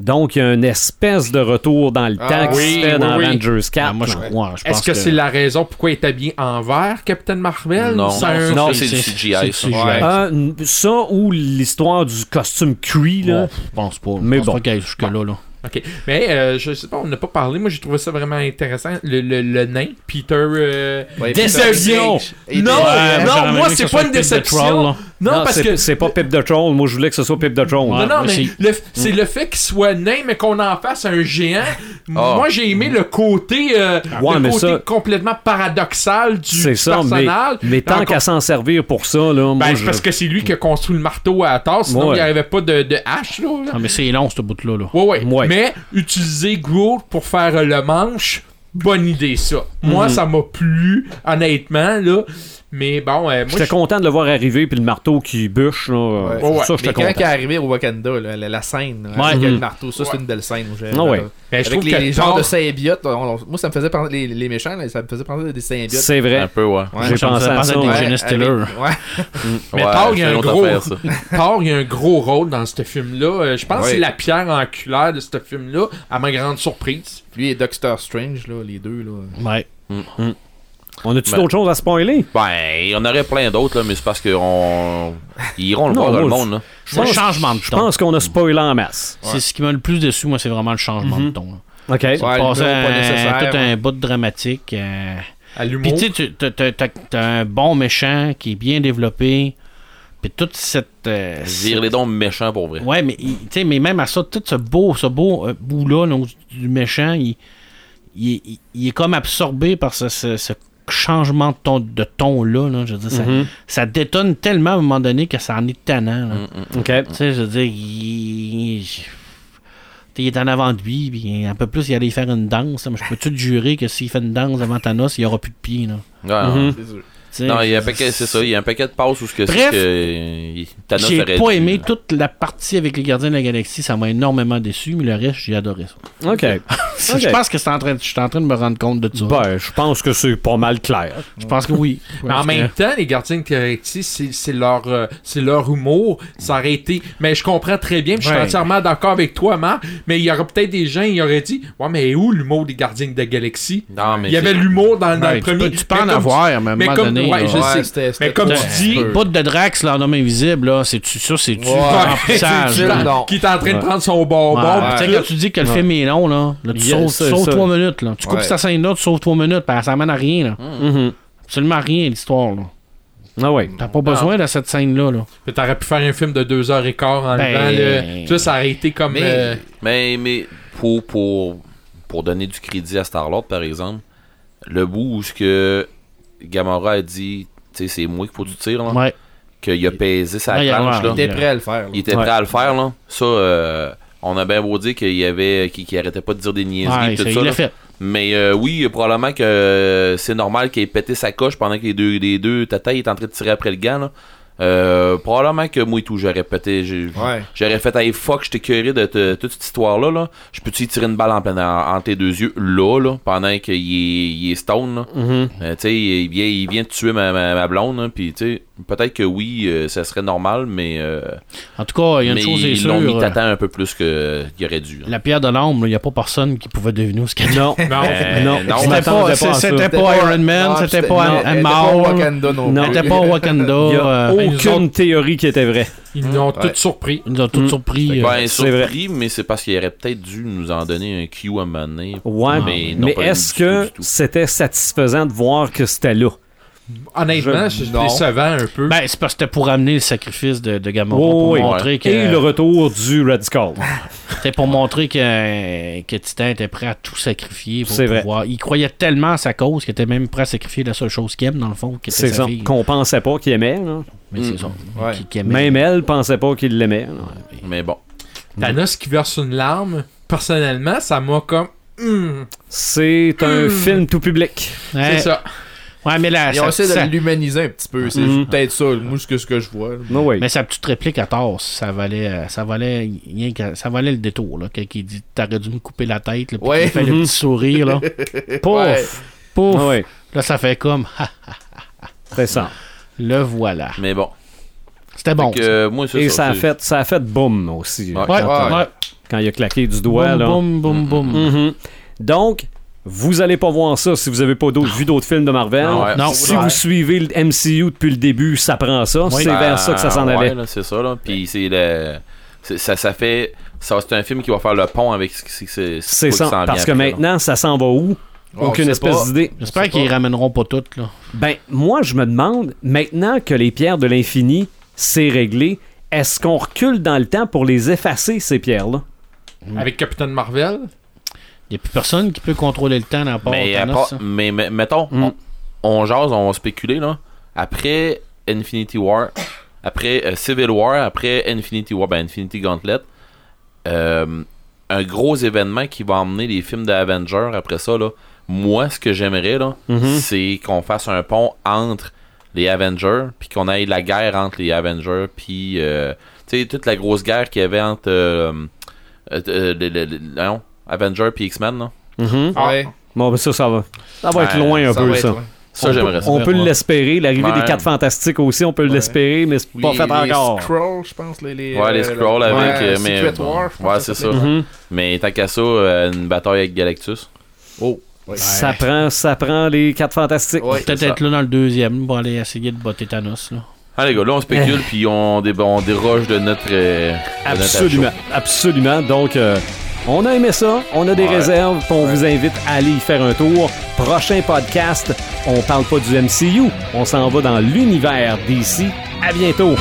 S1: Donc, il y a une espèce de retour dans le
S4: Ah,
S1: temps qui
S2: oui,
S1: se fait
S2: oui,
S1: dans
S2: oui.
S1: Avengers 4.
S5: Ah, moi, je
S1: là.
S5: crois. je pense
S2: Est-ce que, c'est la raison pourquoi il est habillé en vert, Captain Marvel?
S3: Non,
S2: C'est un-
S1: non,
S3: ça, c'est du CGI.
S5: c'est
S3: ça.
S5: du CGI.
S4: Ouais.
S1: Ah, n- ça ou l'histoire du costume Cree, là.
S5: Bon, je pense pas.
S1: Mais
S5: je pense
S1: bon.
S5: pas qu'il aille jusque-là. Là.
S2: Ok. Mais euh, je sais pas, on n'a pas parlé. Moi, j'ai trouvé ça vraiment intéressant. Le, le, le nain, Peter. euh,
S4: Ouais,
S2: Déception!
S4: Peter Dinklage.
S2: Non,
S4: Et-
S2: euh,
S5: j'aurais aimé
S2: moi,
S5: que
S2: c'est
S5: ça
S2: pas
S5: soit
S2: une
S5: le film de
S2: déception.
S5: Troll, là.
S2: Non,
S1: Non,
S2: parce
S1: c'est,
S2: que.
S1: c'est pas Pip de Troll. Moi, je voulais que ce soit Pip de Troll.
S5: Ouais.
S2: Non, non,
S5: moi
S2: mais
S5: aussi.
S2: le f- c'est le fait qu'il soit nain, mais qu'on en fasse un géant.
S4: Ah.
S2: Moi, j'ai aimé le côté, euh,
S1: Ah. Ouais,
S2: le
S1: mais
S2: côté
S1: ça-
S2: complètement paradoxal du
S1: C'est ça, mais,
S2: personnage.
S1: mais tant
S2: Encore-
S1: qu'à s'en servir pour ça, là, moi,
S2: Ben, c'est
S1: je-
S2: parce que c'est lui qui a construit le marteau à Thor, sinon
S1: Ouais.
S2: il n'y avait pas de, de hache. Là, là.
S5: Ah, mais c'est long, ce bout-là. Là.
S2: Ouais, ouais.
S1: Ouais.
S2: Mais utiliser Groot pour faire euh, le manche, bonne idée, ça.
S1: Mhm.
S2: Moi, ça m'a plu, honnêtement, là. Mais bon, euh, moi,
S1: J'étais content de le voir arriver, puis le marteau qui bûche, là.
S4: Ouais.
S1: Pour
S2: Ouais,
S1: ça,
S4: Mais
S1: j'étais
S4: quand il est
S1: content.
S4: arrivé au Wakanda, là, la, la scène, là,
S1: Ouais.
S4: avec le
S1: Mhm.
S4: marteau, ça,
S2: Ouais.
S4: c'est une belle scène. j'ai-
S1: Ah ouais.
S4: là.
S2: ben, je
S4: Avec
S2: trouve
S4: les,
S2: que
S4: les genres
S2: Thor-
S4: de symbiotes, on- on- moi, ça me faisait penser, les, les méchants, là, ça me faisait penser à des symbiotes.
S1: C'est
S3: Un
S1: vrai.
S3: peu, ouais.
S4: Ouais.
S1: J'ai
S5: Ça me
S1: pensé
S5: faisait
S1: à
S5: penser à
S1: ça.
S5: des
S1: ouais.
S5: jeunes. Jonas Taylor.
S4: avec- ouais.
S2: Mais
S3: Ouais,
S2: Thor, il y a
S3: c'est
S2: un
S3: une autre
S2: gros-
S3: affaire, ça.
S2: Thor, il y a un gros rôle dans ce film-là. Euh, je pense
S4: Ouais.
S2: que c'est la pierre angulaire de ce film-là, à ma grande surprise.
S4: Lui et Doctor Strange, là, les deux. Là.
S5: Ouais.
S1: On a-tu
S3: Ben-
S1: d'autres choses à spoiler?
S3: Ben, il y en aurait plein d'autres, là, mais c'est parce qu'on. Ils iront le
S1: Non,
S3: voir dans le
S1: moi,
S3: monde, là.
S5: C'est le
S1: pense-
S5: changement de
S1: Je
S5: ton.
S1: pense qu'on a spoilé en masse.
S5: C'est ce qui m'a le plus déçu, moi, c'est vraiment le changement de ton. là.
S1: OK.
S4: Ouais, le
S5: Passer
S4: mot pas
S5: un-
S4: nécessaire,
S5: tout
S4: ouais.
S5: un bout de dramatique. euh,
S2: À
S5: Puis
S2: l'humour.
S5: tu sais, tu- t'as- t'as t'as- t'as un bon méchant qui est bien développé. Puis toute cette. euh,
S3: Dire les dons méchants pour vrai.
S5: Ouais, mais il- tu sais, mais même à ça, tout ce beau, ce beau euh, bout-là là, du- du méchant, il, il- il- il est comme absorbé par ce, ce- ce changement de ton de ton là, Je veux dire, ça,
S1: Mhm.
S5: ça détonne tellement à un moment donné que ça en est tannant. là.
S3: Mm, mm.
S1: OK.
S5: Tu sais, je veux dire, il, il- il est en avant de lui, puis un peu plus, il allait faire une danse. là, Mais je peux-tu te jurer que s'il fait une danse avant Thanos, il n'y aura plus de pied, là.
S3: Ouais, non.
S1: Mhm.
S4: C'est sûr.
S5: Tu sais,
S3: Non, il y a un paquet, c'est ça, il y a un paquet de passes où ce que c'est
S5: Bref,
S3: que euh, il- Thanos
S5: J'ai
S3: aurait
S5: pas
S3: dû,
S5: aimé
S3: là.
S5: toute la partie avec les gardiens de la galaxie, ça m'a énormément déçu, mais le reste, j'ai adoré ça.
S1: OK. Ok.
S5: Je pense que c'est en train de- je suis en train de me rendre compte de ça.
S1: Ben, je pense que c'est pas mal clair.
S5: je pense que oui.
S2: Mais en même temps, les gardiens de Galaxy, c'est c'est leur, euh, c'est leur humour. Ça aurait été. Mais je comprends très bien. puis Je suis
S5: Ouais.
S2: entièrement d'accord avec toi, Marc. Mais il y aurait peut-être des gens qui auraient dit Ouais, mais où l'humour des gardiens de Galaxie
S3: Non, mais
S2: Il y
S3: c'est-
S2: avait l'humour dans, dans
S5: Ouais,
S2: le
S5: tu
S2: premier.
S5: peux- tu peux
S2: Mais
S5: en
S2: comme
S5: avoir, mais à un
S2: mais
S5: moment
S2: comme-
S5: donné,
S2: ouais,
S5: là,
S2: je
S5: ouais.
S2: sais.
S4: c'était- c'était
S2: Mais comme
S4: pas-
S2: tu
S4: un
S2: dis-
S4: peu.
S5: Bout de Drax, là, en homme invisible, là, c'est-tu ça, c'est-tu
S4: Ouais.
S5: le
S2: Ouais,
S5: remplissage,
S4: c'est
S5: là?
S4: sûr. Non.
S2: Qui est en train de prendre son bonbon.
S5: Ouais,
S2: puis
S5: tu sais,
S2: tout.
S5: quand tu dis que le film est long, là, là, tu
S1: Yeah,
S5: sauves,
S1: ça,
S5: tu sauves
S1: ça.
S5: trois minutes. Là. Tu coupes
S4: Ouais.
S5: cette scène-là, tu sauves trois minutes, puis ça amène à rien. Là.
S1: Mhm.
S5: Absolument rien, l'histoire. là.
S1: Ah ouais.
S5: T'as pas besoin de cette scène-là. Là.
S2: Mais T'aurais pu faire un film de deux heures et quart en
S5: Ben-
S2: levant le- Tu vois, ça aurait été comme.
S4: Mais-
S2: euh,
S3: Mais, mais pour, pour, pour donner du crédit à Star-Lord, par exemple, le bout où ce que Gamora a dit, tu sais, c'est moi qu'il faut du tir, là,
S5: Ouais.
S3: qu'il a pesé sa
S5: Ouais, il a-
S3: planche,
S5: ouais.
S3: là.
S4: Il était prêt à le faire. là.
S3: Il était prêt
S1: Ouais.
S3: à le faire, là. Ça, euh, on a bien beau dire qu'il y avait, qu'il, qu'il arrêtait pas de dire des niaiseries,
S5: Ouais,
S3: tout
S5: ça,
S3: ça,
S5: il
S3: là.
S5: l'a fait.
S3: Mais euh, oui, euh, probablement que euh, c'est normal qu'il ait pété sa coche pendant que les deux, les deux Tata il est en train de tirer après le gant. Là. Euh, probablement que moi et tout, j'aurais pété. j'ai-
S4: Ouais.
S3: J'aurais fait, hey fuck, je t'ai curé de te- toute cette histoire-là. Là. Je peux-tu y tirer une balle en plein en- entre tes deux yeux, là, là pendant qu'il est, il est stone. Là.
S5: Mm-hmm.
S1: Mhm.
S3: Euh, tu sais, il vient, il vient de tuer ma, ma, ma blonde. hein, Puis, tu sais, peut-être que oui, euh, ça serait normal, mais, euh,
S5: En tout cas, il y a une
S3: mais
S5: chose qui est
S3: ils l'ont mis
S5: sûre. euh,
S3: Tata un peu plus que- qu'il aurait dû. là.
S5: La pierre de l'ombre, il n'y a pas personne qui pouvait deviner ce qu'elle
S1: Non.
S2: Non.
S3: Euh,
S1: non.
S3: non,
S1: Je
S5: C'était
S1: m'attendais
S5: pas,
S1: à
S5: c'est-
S1: ça.
S5: c'était pas Iron Man,
S4: Ah,
S5: c'était
S4: c'était-
S5: pas
S4: non,
S5: Ant-
S4: elle était pas au
S5: Ant-Man,
S4: Wakanda non
S1: Non.
S4: plus.
S5: C'était pas Wakanda.
S1: Il y a
S5: euh,
S2: ben, nous
S1: aucune
S2: autres-
S1: théorie qui était vraie.
S2: Ils nous ont
S4: Ouais.
S2: tous surpris.
S5: Ils nous ont tous
S1: Mm.
S5: surpris. euh,
S3: Ben,
S1: C'est
S3: surpris, mais c'est parce qu'il aurait peut-être dû nous en donner un Q à un moment donné.
S1: Ouais,
S3: mais
S1: mais,
S3: non, pas
S1: est-ce
S3: du tout,
S1: que
S3: du tout.
S1: c'était satisfaisant de voir que c'était là?
S2: Honnêtement,
S4: Je-
S2: c'est
S4: non.
S2: décevant un peu.
S5: ben, c'est parce que c'était pour amener le sacrifice de, de Gamora
S1: Oui,
S5: pour
S1: Oh oui.
S5: montrer que
S1: Et le retour du Red Skull.
S5: c'était pour montrer que, que Titan était prêt à tout sacrifier pour
S1: C'est vrai.
S5: pouvoir. Il croyait tellement à sa cause qu'il était même prêt à sacrifier la seule chose qu'il aime dans le fond, qui était
S1: C'est
S5: sa
S1: ça. Mm.
S5: fille.
S1: Qu'on pensait pas qu'il aimait. là.
S5: Mais c'est ça.
S4: Ouais.
S5: Qui- qui aimait.
S1: Même elle pensait pas qu'il l'aimait. là.
S3: Mais bon.
S2: Thanos qui verse une larme, personnellement, ça m'a comme. Hmm,
S1: C'est un film tout public.
S5: Ouais.
S2: C'est ça.
S5: Ouais, mais la,
S4: Ils ont
S5: sa,
S4: essayé
S5: sa-
S4: de l'humaniser un petit peu. C'est
S1: Mhm.
S4: peut-être ça, moi, ce que, ce que je vois. là.
S1: No way.
S5: mais sa petite réplique à tort, ça valait, euh, ça valait, rien que- ça valait le détour. Là, quand il dit T'aurais dû me couper la tête, là, puis
S4: Ouais.
S5: qu'il fait le
S1: Mhm.
S5: petit sourire. Là.
S1: Pouf!
S4: Ouais.
S5: Pouf!
S1: Ah ouais,
S5: Là, ça fait comme Ah,
S1: c'est ça.
S5: Le voilà.
S3: Mais bon.
S5: C'était bon.
S3: Fait que, euh, moi, c'est
S1: Et ça a,
S3: c'est-
S1: fait, ça a fait boum aussi,
S3: Ouais.
S5: ça. Ouais,
S4: Ouais.
S5: ouais.
S1: quand il a claqué du doigt. là.
S5: Boum, boum, boum, boum.
S1: Mhm. Donc, vous allez pas voir ça si vous avez pas d'autres- vu d'autres films de Marvel.
S3: Ah ouais.
S5: Non.
S1: Si vous suivez le MCU depuis le début, ça prend ça.
S5: Oui.
S1: C'est
S3: Ben,
S1: vers ça que ça s'en
S3: ouais,
S1: allait.
S3: là, c'est ça, là. Puis c'est le. c'est- Ça, ça fait. Ça, c'est un film qui va faire le pont avec ce qui ce- ce-
S1: C'est
S3: ce qui
S1: ça.
S3: s'en
S1: Parce que
S3: vient après, là.
S1: maintenant, ça s'en va où?
S4: On
S1: Aucune
S4: sait
S1: espèce
S4: pas.
S1: d'idée.
S5: J'espère qu'ils ramèneront pas toutes, là.
S1: Ben, moi, je me demande, maintenant que les pierres de l'infini, c'est réglé, est-ce qu'on recule dans le temps pour les effacer, ces pierres-là?
S4: Mm.
S2: Avec Captain Marvel.
S5: Il n'y a plus personne qui peut contrôler le temps dans la part
S3: Mais, à
S5: Thanos,
S3: part-
S5: ça.
S3: mais, mais- mettons,
S1: Mm.
S3: on, on jase, on va spéculer, là. Après Infinity War, après euh, Civil War, après Infinity War, ben Infinity Gauntlet, euh, un gros événement qui va emmener les films d'Avengers après ça, là. Moi, ce que j'aimerais, là,
S1: Mhm.
S3: c'est qu'on fasse un pont entre les Avengers, puis qu'on aille la guerre entre les Avengers, puis euh, tu sais, toute la grosse guerre qu'il y avait entre euh, euh, euh, le- le- le- non, Avengers puis X-Men. là.
S1: Mhm.
S4: Ouais,
S1: Bon, ben ça, ça va. Ça va
S3: Ouais,
S1: être loin un
S4: ça
S1: peu,
S4: va être
S1: ça.
S4: loin.
S3: Ça,
S1: On
S3: j'aimerais
S1: peut-
S3: ça.
S1: On peut
S5: Ouais.
S1: l'espérer. L'arrivée
S3: Ouais.
S1: des quatre fantastiques aussi, on peut l'espérer, mais c'est
S4: Ou
S1: pas
S4: les-
S1: fait encore.
S4: Les scrolls, je pense. Les, les,
S3: Ouais, les
S4: euh,
S3: Skrulls
S4: ouais,
S3: avec. euh, mais,
S4: Secret War, je pense
S3: ouais,
S4: que
S3: c'est ça.
S4: s'appelait.
S1: Mhm.
S3: Mais tant qu'à ça, euh, une bataille avec Galactus.
S4: Oh, ouais.
S1: Ça prend, ça prend les quatre fantastiques.
S4: Ouais.
S5: Peut-être
S3: ça.
S5: être là dans le deuxième pour aller essayer de botter Thanos. Là.
S3: Ah, les gars, là, on spécule, puis on, dé- on déroge de notre. euh, de notre
S1: Absolument, absolument. Donc, euh, on a aimé ça, on a des
S3: Ouais.
S1: réserves, puis on vous invite à aller y faire un tour. Prochain podcast, on parle pas du MCU, on s'en va dans l'univers d'ici. À bientôt.